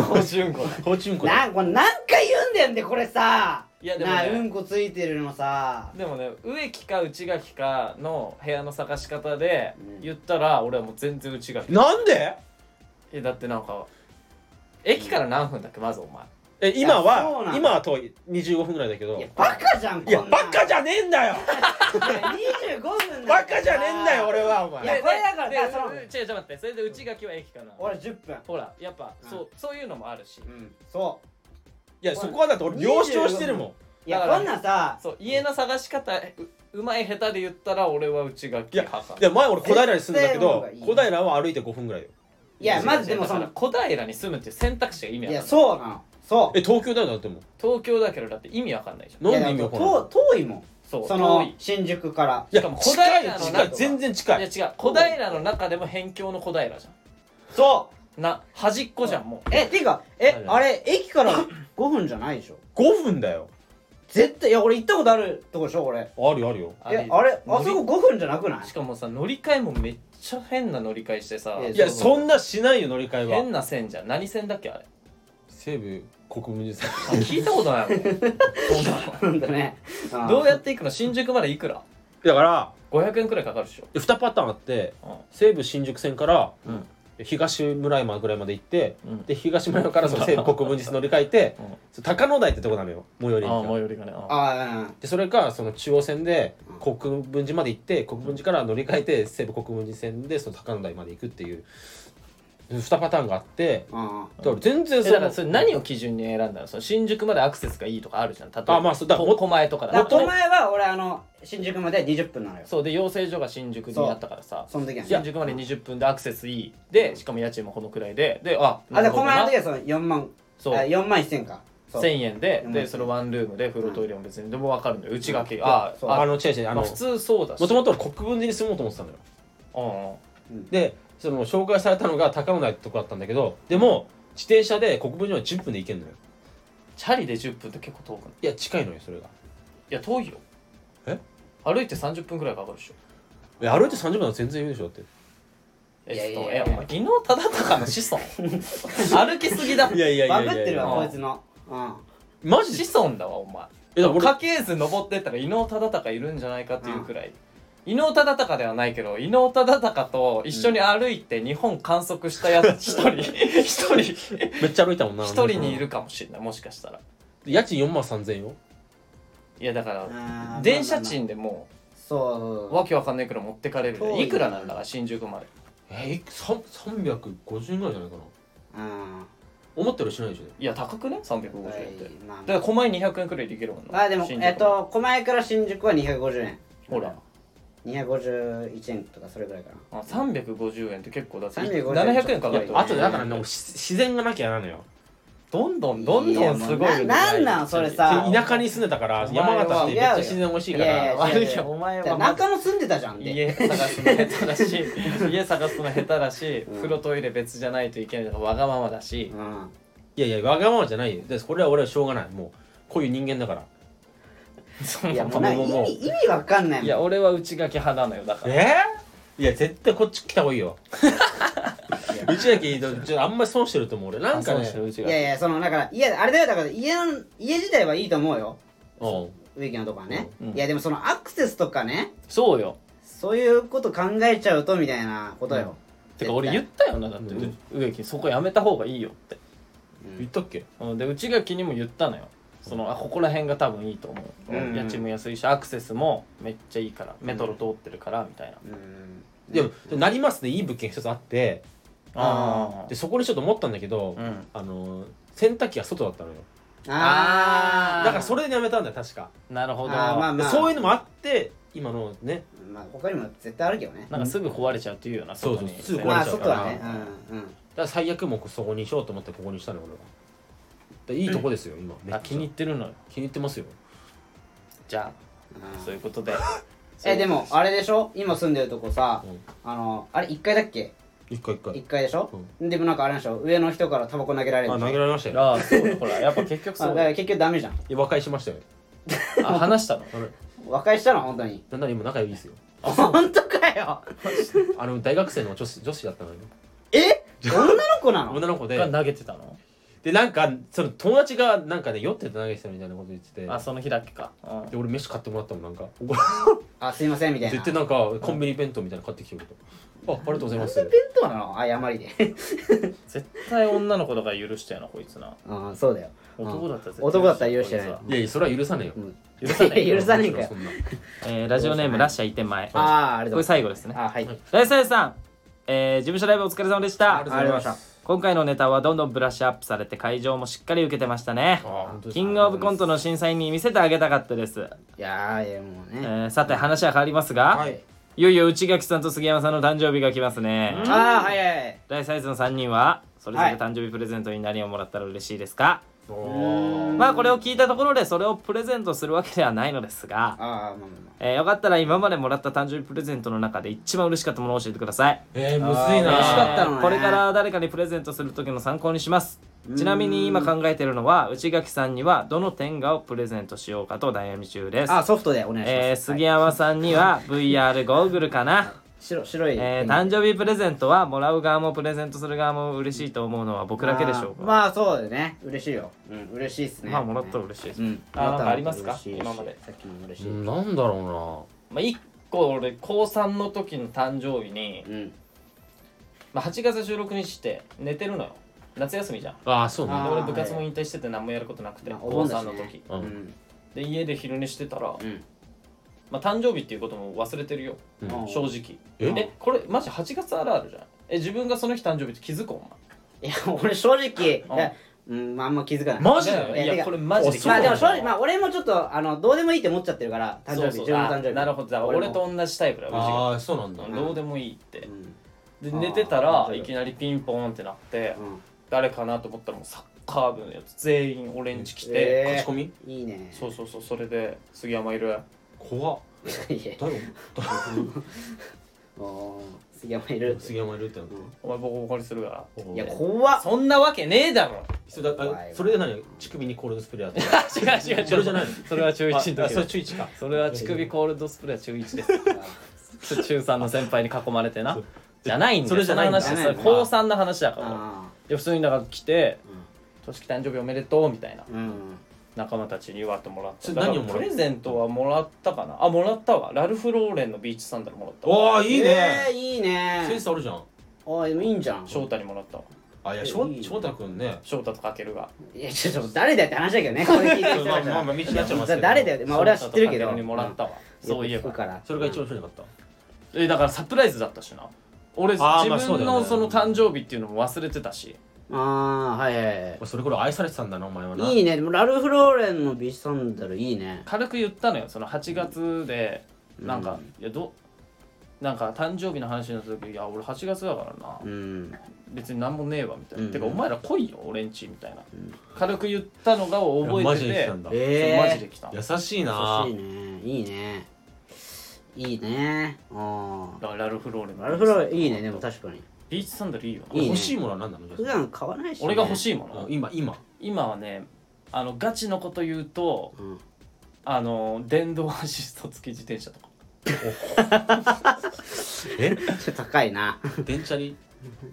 B: 放置うんこだ
C: 放置うんこだ
A: なこれ何回言うんだよんでこれさ
B: いやでもね
A: なうんこついてるのさ
B: でもね植木か内垣かの部屋の探し方で
A: うん
B: 言ったら俺はもう全然内垣
C: なんで
B: えだってなんか駅から何分だっけまずお前
C: え
A: い
C: 今
A: やそうな
C: は
A: の
C: 今は遠い25分ぐらいだけど
A: いやバカじゃん
C: いや
A: こんなん
C: バカじゃねえんだよ
A: 25分
C: バカじゃねえんだよ俺はお
A: いや
C: 前
A: これだから
B: で
A: だからその
B: で違う違う待ってそれで内垣は駅かな
A: 俺10分
B: ほらやっぱそうそういうのもあるし
A: うんそう
C: いやそこはだって俺了承してるもん
A: いや
B: だから
A: こんなんさ
B: そう家の探し方ううまい下手で言ったら俺は内垣
C: いや
B: 派か
C: いや前俺小平に住んだけど
A: 絶対
C: 小平は歩いて5分ぐらいよ
A: いやまずでも
B: だか
A: そ
B: ら
A: の
B: 小平に住むっていう選択肢が意
A: い
B: 味わか
A: や
B: んない
A: そうなのそう
C: え東京だよだっても
B: 東京だけどだって意味わかんないじゃん
C: うなん
A: いや
C: で意味わかんない
A: だら遠遠いもん
B: そう
A: その
B: 遠い
A: 新宿から
C: いや
B: しかも小
C: 近
B: 平
C: い
B: なの
C: 近い全然近い
B: いや違う小平の中でも辺境の小平じゃ
A: そうん
B: な端っこじゃんもう
A: えていうかえあ
C: は
A: れ駅から5分じゃないでしょ
C: 5分だよ
A: 絶対いや俺行ったことあるとこでしょ俺
C: あるよあるよ
A: えあれあそこ5分じゃなくない
B: しかもさ乗り換えもめっちゃ変な乗り換えしてさ
A: いや
C: いや
A: そう
C: そんなしないよ乗り換え
B: 変
C: は
B: な線じゃん何線だっけあれ
C: 西武国分寺
B: あ
C: さんい
B: 聞いたことない もんそんな
A: ほんとね
B: の
A: ん
B: どうやって行くの新宿までいくら
C: やだから
B: 500円くらいかかるでしょ
C: 2パターンあって
B: うん
C: 西武新宿線から
B: うん
C: 東村山ぐらいまで行って、
B: うん
C: で東村山からその西武国分寺線乗り換えて
B: うん
C: そう高野台ってとこなのよ最寄り駅
B: ああ
C: が
B: 最寄りがねあ
A: あ
C: でそれかその中央線で
A: う
C: 国分寺まで行って国分寺から乗り換えて西武国分寺線でその高野台まで行くっていう2パターンがあって
A: うんうん
C: だから全然
B: え
C: そ
B: だからそれ
C: の
B: 何を基準に選んだのその新宿までアクセスがいいとかあるじゃん例えば
C: あまあそうだからも
B: こ狛江とか
A: だ
B: だ
A: から
B: と
A: お前は俺あの新宿まで20分なのよ
B: そうで養成所が新宿にあったからさ
A: その時はね
B: 新宿まで20分でアクセスいいでしかも家賃もこのくらいでであ
A: あ
B: な
A: で
B: るほ
A: こ
B: ど
A: の間の
B: な
A: 時はその4万あ
B: そう
A: 4万1000かそう
B: 1000円で
A: うん
B: でそれワンルームで風呂トイレも別にでも分かるのよ内掛け
A: うん
B: あ
A: そう
B: あ
C: あの違う違うあ
B: ま
C: の
B: あ普通そうだし
C: もともと俺国分寺に住もうと思ってたのよ
B: うんうん
C: でその紹介されたのが高野台ってとこだったんだけどでも自転車で国分寺まで10分で行けるのよ
B: チャリで10分って結構遠くない
C: いや近いのよそれが
B: いや遠いよ
C: え
B: 歩いて30分くらいかかるでしょ
C: え歩いて30分は全然いるでしょだっ
B: え
D: いやい
B: ち
D: や
B: ょっと
D: い
B: え
D: や
B: お前伊能忠敬の子孫 歩きすぎだ
C: ていやいやいや
A: バ
C: い
A: グ
C: や
A: ってるわ
B: いやい
A: こ
B: や
A: いつのうん
C: マジで
B: 子孫だわお前
C: えだから俺
B: 家系図登ってったら伊能忠敬いるんじゃないかっていうくらい、伊能忠敬ではないけど伊能忠敬と一緒に歩いて日本観測したやつ一 人一人一
C: めっちゃ歩いたもんな
B: 人にいるかもしれないもしかしたら
C: 家賃4万3000円よ
B: いやだか
A: あ
B: ら
A: ー
B: 電車賃でも
A: そう
B: うわけわかんないくらい持ってかれる
A: そう
B: いくらなんだから新宿まで
C: えー、さ350円ぐらいじゃないかな
A: うん
C: 思ったよりしないでしょ
B: いや高くね350円
A: は
B: っ
A: い
B: てだ
A: まあ
B: から狛江200円くらいでいけるもんな
A: あでも
B: 新宿ま
A: えっと狛江から新宿は250円
B: ほら
A: 251円とかそれぐらいかな
B: あ350円って結構だって
A: 350円
B: 700円かかるってこと
C: あとだからね俺し自然がなきゃなのよ
B: どんどんどんどんすごい
A: いやもうななんなんそれさあ
C: で田舎に住んでたから
B: お前
C: 山
B: は
C: 形ってめっちゃ自然美味しいか
A: いやいや
C: ら
B: 悪いよお前
A: だから
B: は
A: 中野住んでたじゃんって
B: 家探すの下手だし家探すの下手だし、
A: うん
B: 風呂トイレ別じゃないといけないとかわがままだし
A: う、ん
C: いやいやわがままじゃないよでこれは俺はしょうがないもうこういう人間だから
B: そ
A: い
B: ん
A: や
B: な
A: もうなんか
C: もうも
A: 意
C: う
A: 味意味わかんないもん
B: いや俺は内垣派なのよだから
C: えー、いや絶対こっち来た方がいい ようちだけちょっとあんまり損してると思う俺なんか
B: あ
C: ね
B: そうですよ
A: い
B: 内垣
A: やいやそのだからいやあれだよだから家の家自体はいいと思うよ
C: うん
A: 植木のとこはね、
B: うん
A: いやでもそのアクセスとかね
B: そうよ
A: そういうこと考えちゃうとみたいなことよ、
B: てか俺言ったよなだって
C: うん
B: う植木そこやめた方がいいよって
C: 言ったっけ
B: うんで内垣にも言ったのよそのあここら辺が多分いいと思
A: う
B: う、
A: ん
B: 家賃も安いしアクセスもめっちゃいいからメトロ通ってるからみたいな、
A: うん
C: でもなりますねいい物件一つあって
B: あ
C: でそこにちょっと思ったんだけど、
B: うん
C: あのー洗濯機が外だったのよ
A: あ
C: だ
A: あ
C: からそ
A: れ
C: れでやめたんだよ確か、
B: あなるほど
A: あーまあ
C: でそういうのもあって今のね
A: まあ他にも絶対あるけどね
B: なんかすぐ壊れちゃうっていうような
C: そう
B: 外に
C: そうすぐ壊れちゃう
A: まあ外はね
C: 壊
A: うんうん
C: だから最悪もうそこにしようと思ってここにしたの俺はだからいいとこですよ、今めっちゃ
B: あ気に入ってるのよ
C: 気に入ってますよ
B: じゃ
A: うん
B: あそういうことで
A: えでもあれでしょ今住んでるとこさ、
C: うん
A: あのあれ1階だっけ
C: 一回一
A: 1
C: 回
A: 階でしょ、でもなんかあれなんでしょ上の人からタバコ投げられ
C: あ
A: るん
C: 投
A: でしょ
C: げられましたよ
B: ああそうだほらやっぱ結局
A: あ
B: そ
A: だ
B: う
A: か
B: だ
A: ら結局ダメじゃん
C: 和解しましたよ
B: あ話したの
C: あれ
A: 和解したの本当に
C: なんなら今仲いいですよ
A: 本当かよ
C: あの大学生の女子女子だったのよ
A: え女の子なの
C: 女の子で
B: が投げてたの
C: でなんかその友達がなんかね酔ってて投げてたみたいなこと言ってて
B: あその日だけかうん
C: で俺飯買ってもらったもんなんか怒ら
A: あすいませんみたいな
C: 絶対なんかコンビニ弁当みたいなの買ってきてくれたあありがとうございます
A: 弁当なの謝り で
B: 絶対女の子だから許したよなこいつな
A: ああそうだよ
B: 男だったら絶対
A: 男だったら許してない
B: こ
C: いやいやそれは許さねえよ、
B: いつは許さないよ
A: 許さねえかよ
C: そんな
B: えーラジオネームラッシャーいて前
A: あ
B: こ
A: あありがとうご
B: れ
A: ざい
B: 最後ですね
A: ますあはい
B: 大サイさんえー事務所ライブお疲れ様でした
C: あ
A: ありが
C: り
A: とうございまし
B: 今回のネタはどんどんブラッシュアップされて会場もしっかり受けてましたね
C: あ本当ですか
B: キングオブコントの審査員に見せてあげたかったです
A: たいやーいやもう
B: え
A: ね
B: ーさて話は変わりますが、
C: はいい、
B: よいよ内垣さんと杉山さんの誕生日が来ますね
A: ああはいはいはい
B: 大サイズの3人はそれぞれ
A: はい
B: 誕生日プレゼントに何をもらったら嬉しいですか、
C: おー
B: まあこれを聞いたところでそれをプレゼントするわけではないのですが、
A: ああまあまあま
B: えーよかったら今までもらった誕生日プレゼントの中で一番嬉しかったものを教えてください
C: えー、む
A: あ
C: ずい
A: 嬉しか
C: な
A: ったのね
B: えーこれから誰かにプレゼントする時の参考にしますちなみに今考えているのは内垣さんにはどの天下をプレゼントしようかと悩み中です
A: あああソフトでお願いします、
B: えー杉山さんには VR ゴーグルかな、
A: 白白い、
B: えー誕生日プレゼントはもらう側もプレゼントする側も嬉しいと思うのは僕だけでしょうか
A: あーまあそうだよね嬉しいようん嬉しいっすね
B: まあもらったら嬉しいです、
A: うん
B: あなんかあり
A: もら
B: ま
A: っ
B: す
A: た
B: から
A: 嬉しいし
B: 今まで
A: さっきも嬉し
C: う
A: いうんん
C: なんだろ
B: まあ、1個俺高3の時の誕生日に、まあ、8月収録にして寝てるのよ夏休みじゃんで
C: うなあーそうなん
A: あ
C: だ
A: ー
B: 俺部活も引退してて何もやることなくて、
A: まあお
B: 高
A: 盆だ
B: 3
A: しね
B: の時
C: う
A: うんん
B: で家で昼寝してたら、
A: うん
B: まあ、誕生日っていうことも忘れてるよ、
C: うん
A: うん
B: 正直
C: え
B: えこれマジ8月あるあるじゃんえ自分がその日誕生日って気づくお前
A: いや俺正直い
B: うん
A: やうんあんま気づかない
C: マジで
B: だよね
A: いや
B: い
A: て
B: や
A: か
B: これマジで気づ
A: ま
B: か
A: あ
B: ない
A: でも正直まあ俺もちょっとあのどうでもいいって思っちゃってるから誕生日
B: そう
A: 自
B: そう
A: 分の誕生日
B: あなるほどだから
A: 俺
B: 俺
A: も
B: と同じタイプだ
C: あ
B: よ
C: あそうなんだ
B: どうでもいいって
A: うん
B: で
A: あー
B: 寝て
A: な
B: た
A: る
B: ら
A: ほど
B: いきなりピンポーンってなって
A: うん
B: 誰かなと思ったらもうサッカー部のやつ全員オレンジ着て、
A: え
C: 勝ち込み
A: いいね
B: そうそうそうそれで杉山いる
C: 怖っ
A: いや
C: 誰
A: おー杉山いる
C: 杉山いるってなって
A: うん
B: お前ボコボコにするから
A: いや
C: おー
A: 怖っ
B: そんなわけねえだろ
C: それだ
A: 怖い
C: あ
A: わ
C: それで何乳首にコールドスプレーやって
B: 違う違う違う
C: それじゃないの
B: それは中1の
C: あ
B: 時
C: あそれ
B: だ
C: 中1か
B: それは乳首コールドスプレーは中1です中3の先輩に囲まれてな
C: そう
B: じゃないんだよ
C: それじゃないんだ
B: その話それ
A: じゃない
B: 高3の話だから
A: あ
B: で普通にだから来て「としき誕生日おめでとう」みたいな
A: ーうん
B: 仲間たちに祝ってもらっ
C: そ
B: た
C: れ
B: だから
C: 何をもら
B: プ
C: う
B: レゼントはもらったかなあもらったわラルフ・ローレンのビーチサンダルもらったわ
C: おーいい
A: えー
C: ね
A: いい
C: セ
A: ね
C: ンスあるじゃん
A: あでもいいんじゃん
B: 翔太にもらったわ
C: あいや
A: え
C: 翔
A: いい
C: 翔太くんね
B: 翔太とかけるが
A: いやちょっと誰だよって話だけどねこれ聞いてる人
C: まあ
A: だか
C: まあま
A: ら
C: あ道になっちゃいますけど
A: 誰だよってまあ俺は知ってるけ
B: 翔太と
A: ど
B: 翔にもらったわそういえ
A: よく聞
B: ば
A: くから
C: それが一番面白かった
B: えだからサプライズだったしな俺
C: あーまあ
B: 自
C: そうだ
B: 分
C: よ
B: の
C: ね
B: その誕生日っていうのも忘れてたし
A: ああはいはいはい
C: お前それ頃愛されてたんだなお前はない
A: いねでもラルフ・ローレンのビーチサンダルいいね
B: 軽く言ったのよその8月でなんか、
A: う
B: いやどなんか誕生日の話になった時「いや俺8月だからな
A: うん
B: 別に何もねえわ」みたいな「
A: うん
B: てかお前ら来いよ俺んち」みたいな、軽く言ったのが覚えて
C: いや
B: て
C: マジで来
B: そうマジ
A: え
B: で来た
C: たんだ優しい
A: え
C: な
A: ー、優しいねいいねいいねあ
B: だからラルフローレン
A: あラルフ・ローレンいいねでも確かに
B: ビーチサンダルいいよない
A: いね
C: 欲しいものは何なの
A: 普段買わないし、ね、
B: 俺が欲し
A: い
B: いもの、
C: うん今今
B: 今はねあのガチのこと言うと
A: うん
B: あの電動アシスト付き自転車とか
C: え
A: ちょっと 高いな
C: 電車に
B: い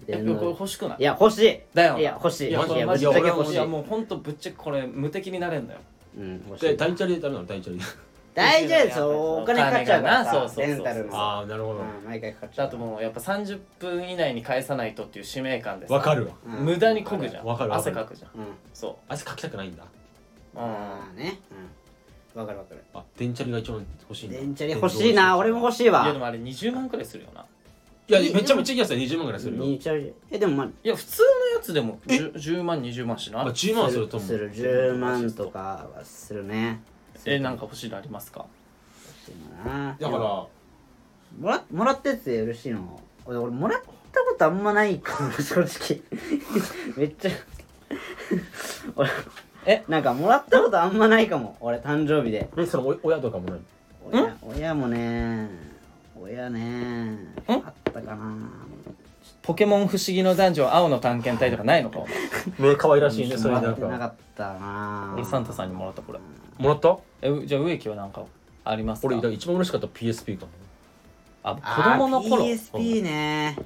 B: や
A: 電
B: これ
A: 動
B: 欲しくない
A: いや欲しい
B: だよない
A: や欲しい
B: いや
A: 欲
B: こ
A: しい
B: れ
A: ぶ
B: マ
A: っ
B: ジ
A: ちゃ
B: で
A: け
B: 俺
A: 欲
B: もい
A: しい
B: やもう本当ぶっちゃけこれ無敵になれんのよ
A: うん欲し
C: で
A: い
C: 大チャリでダメなの大チャリ
A: 大丈夫ですよお金かかっちゃうから
B: お金がな
A: さ
B: そうそうそう
A: レンタルのさ
C: ああなるほど
A: うん毎回かかっちゃ
B: あ
A: う
B: ともうやっぱ30分以内に返さないとっていう使命感でさ
C: わかるわ
A: うん
B: 無駄にこぐじゃん
C: わかるわか
B: 汗
C: る
B: かくじゃん
A: うん
B: そ
C: 汗かきたくないんだ
B: うう
A: ああ
B: ん
A: ねうんわかるわかる
C: あ電チャリが一番欲しいんだ
A: 電チャリ欲しいな俺も欲しい
B: いやで
A: わ
B: もあれ20万くらいするよない
C: やめちゃめちゃいいやつだよ20万ぐらいするよ
A: 電チャリえでもまあ
B: いや普通のやつでも 10, 10万20万し
C: あ
B: ない
C: 10万はすると思う
A: する10万とかはするね
B: えなんか欲しいのありますか
A: でもな
C: だから
A: もらもらったやつで嬉しいの俺俺もらったことあんまないから 正直めっちゃ 俺
B: え
A: なんかもらったことあんまないかも俺誕生日で
C: えそのお親とかもない
A: 親親もね親ねあったかな
B: ポケモン不思議の男女青の探検隊とかないのかお前
C: 目可愛らしいねそ
A: もら
C: れなん
A: ってなか
C: か
A: ったな
B: 俺サンタさんにもらったこれ
C: もらった
B: えじゃあ植木はなんかありますか
C: 俺だから一番嬉しかった PSP かも
B: あ
A: あ
B: 子
A: ー
B: 供の頃
A: PSP ね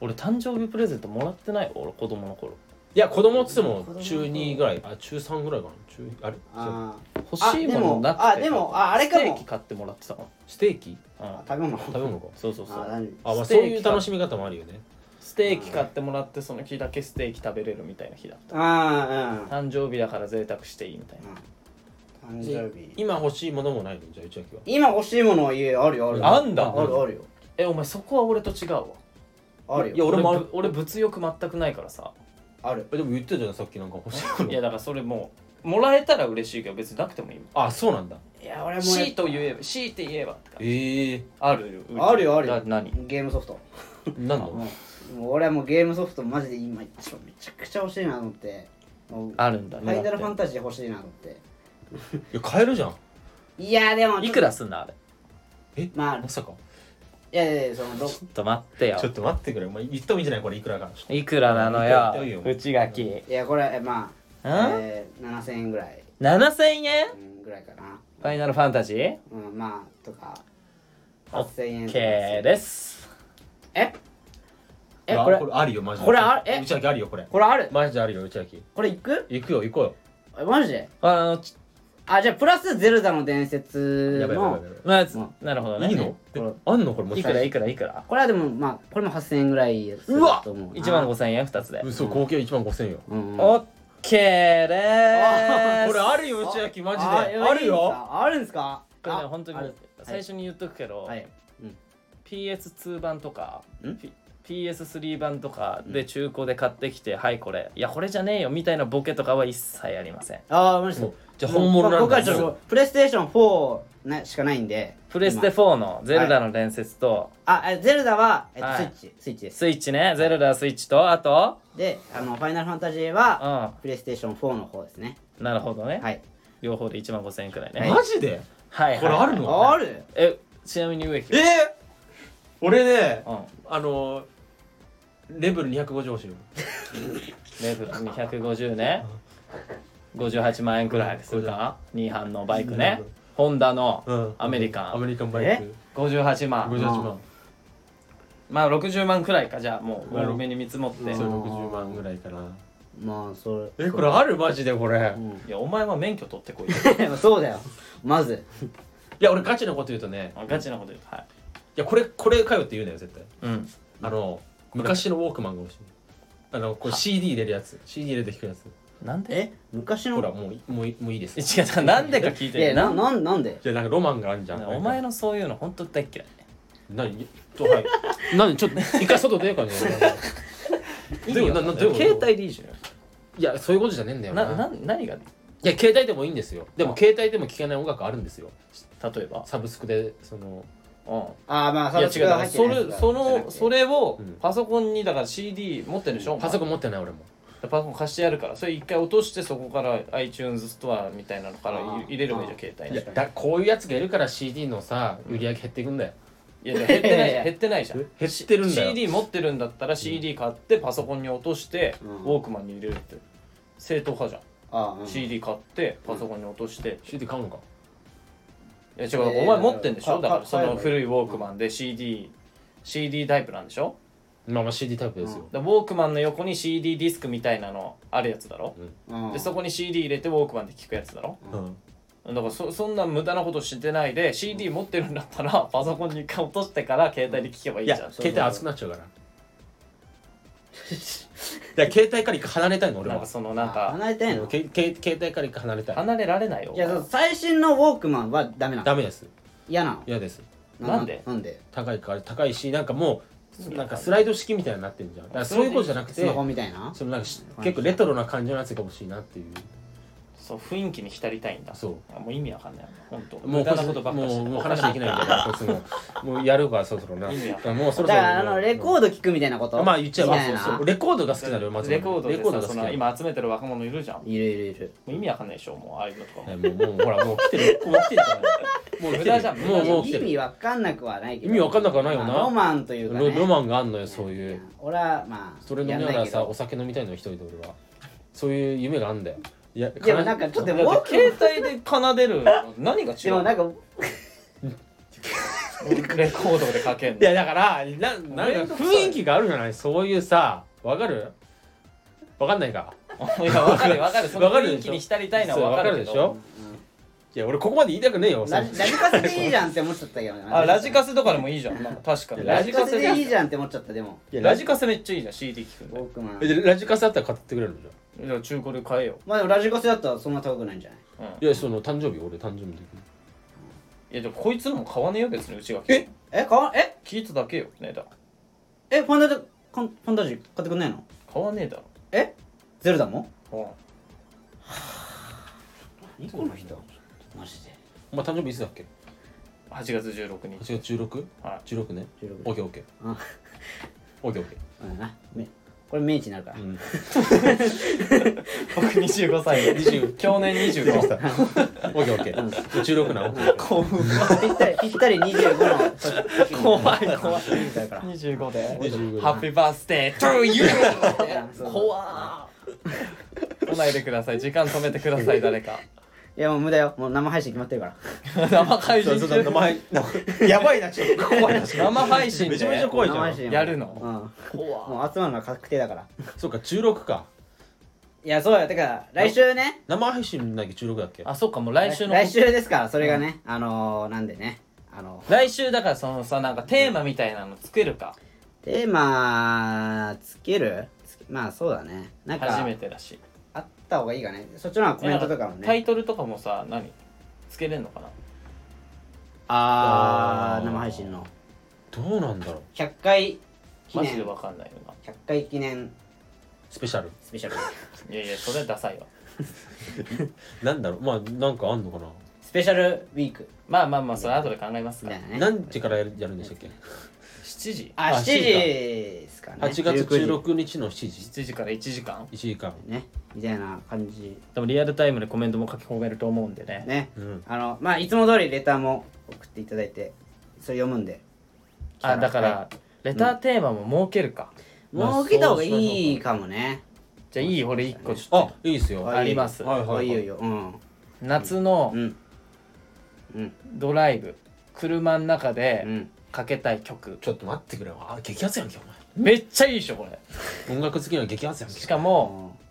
B: 俺誕生日プレゼントもらってない俺子供の頃
C: いや子供っつっても中2ぐらいあ中3ぐらいかな中あれ
A: あー
B: 欲しいものなくて
A: あでもああれかも
B: ステーキ買ってもらってたか
C: ステーキ
B: も、うん、
A: 食べ物
C: 食べ物か
B: そうそうそ
A: あ
B: う
A: 何
C: あ、まあ、
B: ス
C: そう
B: テーキ
C: いう楽しみ方もあるよね
B: ステーキ買ってもらってその日だけステーキ食べれるみたいな日だった
A: ああ
B: 誕生日だから贅沢していいみたいな
A: うん誕生日
C: 今欲しいものもないのじゃあ内訳は
A: 今欲しいものは言えあるよあるよ
B: あんだ
A: あるあるよ
B: えお前そこは俺と違うわ
A: あるよ
C: いや俺もある
B: ぶ俺物欲全くないからさ
A: ある
C: えでも言ってたじゃんさっきなんか欲しいも
B: いや
C: の
B: だからそれもうもらえたら嬉しいけど別になくてもいい
C: あそうなんだ
A: いや俺もや
B: C と言えば C って言えばとか
C: ええ
B: あるよ
A: あるよあるよ
B: だ何
A: ゲームソフト
C: なんだ
A: もうもう俺はもうゲームソフトマジで今一番めちゃくちゃ欲しいなと思ってもう
B: あるんだ
A: ファイナルファ
B: だっ
A: ンタジー欲しいなと思って
C: いや買えるじゃん
A: いやでも
B: ていくらすんだあれ
A: まあい
C: まさか
A: やいやいやそのど
B: ちょっと待ってよ
C: ちょっと待ってくれ、まあ、言ってもいいんじゃないこれいくらか
B: いくらなの
C: いくらって言
B: よ
C: うよ
B: 内垣
A: いやこれえまあ、
B: ん
A: えー、7000円ぐらい、
B: 7000円
A: うん、ぐらいかな
B: ファイナルファンタジー
A: うんまあとか
B: オ
A: 8000円
B: ッ
A: と
B: ケ
A: か
B: ーです
A: ええ
C: いや
A: これ
C: これあるよマジで
A: これあえ
C: 内訳あるよこれ
A: これある
C: マジであるよ内訳
A: これいく
C: 行くよ行こうよ
A: えマジで
B: あのち
A: あじゃあプラスゼルダの伝説
C: やばいやばい
A: の
C: やばいや
B: まあつ
A: うん
B: なるほど
C: ば
B: ね
C: いいいの
A: これ
C: えあんのこれも
B: い
C: し
B: く
C: からし
B: いくらいくら
A: これはでもまあこれも8000円ぐらいする
C: うわ
A: と思うな
B: 1万5000円2つで
C: 嘘合計1万5000よ
A: うんうん
B: オッケーでーす
C: これあるよ内訳マジであるよ
A: あるんすか
B: これね本当
A: あ
B: に
A: る
B: 最初に言っとくけど、
A: はい
B: PS2 版とか
A: ん
B: P- PS3 版とかで中古で買ってきて、はいこれいやこれじゃねえよみたいなボケとかは一切ありません
A: あーマジ
C: も
A: で
C: うじゃあ本物なんだ
A: 僕はちょっとプレイステーション4ねしかないんで
B: プレステ
A: 今
B: 4の「ゼルダの伝説」と
A: あえゼルダはえっと
B: はい
A: スイッチスイッチ
B: 「
A: です
B: スイッチね」ゼルダスイッチとあと
A: であのファイナルファンタジーは
B: う
A: プレイステーション4の方ですね
B: んなるほどね、
A: はい
B: 両方で1万5000円くらいね
A: は
C: マジで
B: はいはい
C: これあるの
A: ある
B: えちなみに植木
C: え
B: は
C: ー、俺ね
B: うん
C: あのーレベル250欲しいよ
B: レブ250ね58万円くらいするか2班のバイクねホンダ
C: う
B: の
C: ん
B: アメリカ
C: アメ
B: ン
C: リカンバイク
B: 58万
C: 58万
B: まあ60万くらいかじゃあもう
C: まあ
B: 多めに見積もって
C: それ60万ぐらいかな
A: まあそれ
C: えこれあるマジでこれ
B: いやお前は免許取ってこい よ
A: そうだよまず
C: いや俺ガチなこと言うとね
B: ガチなこと言うとはい
C: いやこれこれかよって言うなよ絶対
B: うん
C: あの昔のウォークマンが欲しいあのこれ CD 入れるやつ CD 入れて弾くやつ
B: なんで
A: え昔の
C: ほらもういもういもういいです
B: え違う なんでか聞い
A: い
B: て
A: や
B: る
A: な
B: な
A: んなんなんで
C: じゃあなんかロマンがあるじゃん
B: お前のそういうの本当大っ嫌い
C: 何ちょはい何ちょっと 一回外出ようかねどういうことななどういうこと
B: 携帯でいいじゃ
C: いやそういうことじゃねえんだよ
B: ん
C: な
B: なな何が例
C: いや携帯でもいいんですよでも携帯でも聴けない音楽あるんですよ
B: えば
C: サブスクでその
B: うん
A: ああまあ
B: いや
A: サ
B: 違
A: ブス
B: う
A: ク
B: だか
A: が入
B: ら
A: ってな
B: そ
A: いやつ
B: れ
A: だ
B: そのそれを
C: うん
B: パソコンにだから CD 持ってるでしょ
C: パソコ
B: ン
C: ン持ってない俺も
B: パソコン貸してやるからそれ一回落としてそこから iTunes ストアみたいなのから
A: あー
B: 入入れればいいじゃん携帯
C: い
B: に
C: やだこういうやつがいるから CD のさ売り上げ減っていくんだよ
B: いやじゃあ減ってないじゃ
A: いや
B: ん
A: いや
B: 減ってないじゃん
C: え減ってるんだよ
B: CD 持ってるんだったら CD 買ってパソコンに落としてウ
A: うん
B: ォークマンに入れるって正統派じ
A: あ
B: ゃ
A: あ
B: ん CD 買ってパソコンに落として
C: CD 買うのか
B: いや違
A: え
B: う
A: ー
B: お前持ってんでしょ
A: か
B: だからそ
A: か
B: の古いウォークマンで CD CD タイプなんでしょ
C: まあまあ CD タイプですよ
B: だからウォークマンの横に CD ディスクみたいなのあるやつだろ
A: うん
B: でそこに CD 入れてウォークマンで聞くやつだろ
C: うん
B: だからそそんな無駄なことしてないで CD 持ってるんだったらパソコンに一回落としてから携帯で聞けばいい
C: い
B: じゃ
C: や
B: ん
C: 携帯熱くなっちゃうから だから携帯から一回離れたいの俺
B: なん
C: は
B: かそのなんか
A: 離れたいの
C: けけ携帯から一回離れたい
B: 離れられないよ
A: いやそう最新のウォークマンはダメなの
C: ダメです
A: 嫌なの
C: 嫌です
B: なんで
A: なんで
C: 高いから高いしなんかも
B: 意味わかんな
C: う
B: い
C: なんかスライド式みたいになってるじゃんだからそういうことじゃなく
A: ス
C: て
A: マホみたいな
C: そのなんかし結構レトロな感じのやつが欲しいなっていう
B: そう雰囲気に浸りたいんだ
C: そう
B: あもう意味わかんない本当
C: も
B: 無
C: う
B: 駄なことばっかして
C: もうもう話できないんだからこいつももうやるからそろそろな
B: 意味わ
C: も
A: だ
C: うそろ
A: か
C: そろ
A: らあのレコード聞くみたいなこと
C: まあ言っちゃえば
A: みたい
C: そう
A: な
C: そうレコードが好きなのよ松
B: レコードで
C: レコー
B: さ
C: ドが好
B: そ
C: きなの
B: の今集めてる若者いるじゃんも
A: いるいるいる
B: う意味わかんないでしょもうああいうのとかも
C: えもうもうほらもう来てるもう来てるじゃんもう
B: 無
C: 来て
B: 駄
C: る
B: じゃん
C: もうもう来
A: 意
C: てる
A: 味わかんなくはないけど
C: 意味わかんなくはないよな
A: まあロマンというか
C: ロ
A: ね
C: ロマンがあんのよそういう
A: 俺はまあ
C: それ飲み
A: やん
C: なが
A: ない
C: ら
A: け
C: さお
A: ど
C: 酒飲みたいのよ一人で俺はそういう夢があんだよいや
A: でもなんかちょっとウォ
B: だ
A: ー
B: って
A: クマン
B: 携帯で奏でるの何 が違
A: で
B: う
A: も
B: の
A: なんか
B: レコードでかけん
C: い
B: の
C: やだからななんか雰囲気があるじゃないそういうさわかるわかんないか
B: いやわかるわかるその
C: わかる
B: 雰囲
C: でしょ
B: 気に浸りたいの
C: そう
B: はわ
C: わ
B: か
C: か
B: る
C: る
B: け
C: でし
B: ど
C: ょいや俺ここまで言いたくねえよ
A: ラジラジカセでいいじゃんって思っちゃったけどね
B: あラジカセとかでもいいじゃんなんか確かに
C: いや
A: ラジカセでいいじゃんって思っちゃったでも
C: いや
B: ラジカセめっちゃいいじゃん CD 聞く
A: ウォ
B: ん
A: ークマン
C: えでラジカセあったら買ってくれるのじ
B: でじゃあ中古で買えよ
A: まあでもラジカセだったらそんな高くないんじゃない
B: うん
C: ゃんいやその誕生日俺誕生日の時
B: いやでもこいつのも買わねえよ別にうちが
C: え
A: え買わえ
B: 聞いただけよ値段
A: えファンタジーファンタジー買ってくんないの
B: 買わねえだろ
A: えゼルダも
B: うん
A: 何この人マジで
C: お前誕生日いつだっけ
B: 8月16日
C: 8月 16?16
B: は
C: ね
A: 16
C: OKOKOKOK
A: あうんなめこれ明治になるから、
C: うん
B: 僕25歳で
C: 20
B: 去年25
C: OKOK16 な OK
B: 怖
A: ぴったりぴったり25の時に
B: い怖い
A: だから
B: 25で
C: 25
B: ハッピーバースデートゥーユー
A: 怖
B: 怖ー来ないでください時間止めてください誰か
A: いやもう無駄よもう生配信決まってるから
B: 生配信中
C: やばいなちょっと怖いな
B: 生配信
C: めちゃめちゃ
B: で
C: 怖いじ
A: 生
C: ゃ
A: 配
C: ん
A: 信
B: やる
A: うん
B: の怖
A: もう集まるのは確定だから
C: そうか16か
A: いやそうよてか来週ね
C: 生配信だっけ16だっけ
B: あそうかもう来週の
A: 来週ですからそれがね、あのー、なんでねあの
B: 来週だからそのさなんかテーマみたいなの作るか
A: テーマつけるつけまあそうだねなんか
B: 初めてだし
A: あった方がいいかねそっちの方がコメントとかも
B: タイ
A: ね
B: トルとかもさ何つけれんのかな
A: あ
C: あ
A: ー
C: ー
A: 生配信の
C: どうなんだろう
A: 100回記
B: マジで
A: 念100
B: わかんないよな
A: 回記念
C: スペシャル
A: スペシャル
B: いやいやそれダサいわ
C: なんだろうまあなんかあんのかな
A: スペシャルウィーク
B: まあまあまあそれ後で考えます
A: み
B: か
A: たい
B: ら
A: なね
C: 何時からやるやるんでしたっけ
B: 7時
A: あ
C: あ
A: 7時ですかね
C: 8月
A: 19
C: 16日の7時
B: 7時から1時間
C: 1時間
A: 時ねみたいな感じ
B: 多分リアルタイムでコメントも書き込めると思うんでね
A: ね、
C: うん
A: あのまあいつも通りレターも送っていただいてそれ読むんで
B: あだからレターテーマも設けるか、
A: もう受けた方がいいかもね
B: じゃあいい俺一個ちょっ
C: あいいですよ
B: とあります
C: はいはい
A: いいよいいようん
B: 夏の
A: うん
B: ドライブ車の中
A: う
B: で
A: ん
B: かけたい曲
C: ちょっと待ってくれよあ激アツやんけお
B: めっちゃいいでしょこれ
C: 前音楽好きなの激アツやんけ
B: しかも
A: うん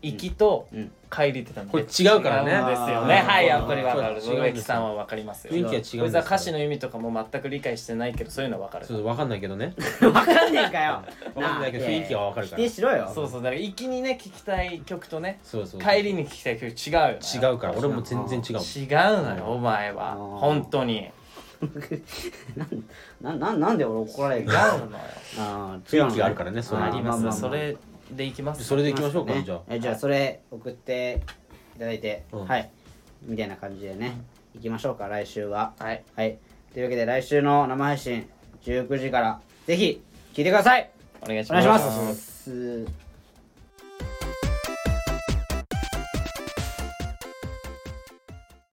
B: 行きと
A: うん
B: 帰りって多分
C: これ違うからね
B: 違うんですよね
A: あー
B: はいやっぱりわかる
C: そう違うん
B: 植
C: ですよ
B: 木さんはわかりますよ
C: 雰囲気は違うんですよ
B: こいつは歌詞の意味とかも全く理解してないけどそういうのはわかる
C: ちょっと分かんないけどね
A: 分かんねえ かよ
C: 分かんないけど雰囲気は分かる
A: 否
C: から
A: 定しろよ
B: そうそうだから行きにね聞きたい曲とね
C: そうそう
B: 帰りに聞きたい曲違うよ
C: 違うから俺も全然違うもん
B: 違うのよお前は
A: あー
B: 本当に
A: なななんで俺怒られ
B: 違
A: る
B: う
A: の
B: のよ
A: あー違う
C: 雰囲気があるからねそう
A: あー
B: ありま
A: あ
B: す
A: ああ
B: それで行きます
C: それでいきましょうか
A: ね
C: じゃあ
A: えじゃあそれ送っていただいて、
C: うん
A: はいみたいな感じでね行きましょうか来週は
B: はい
A: はいというわけで来週の生配信19時からぜひ聞いてください
B: お願いし
A: お
B: ま
A: 願い
B: す
A: します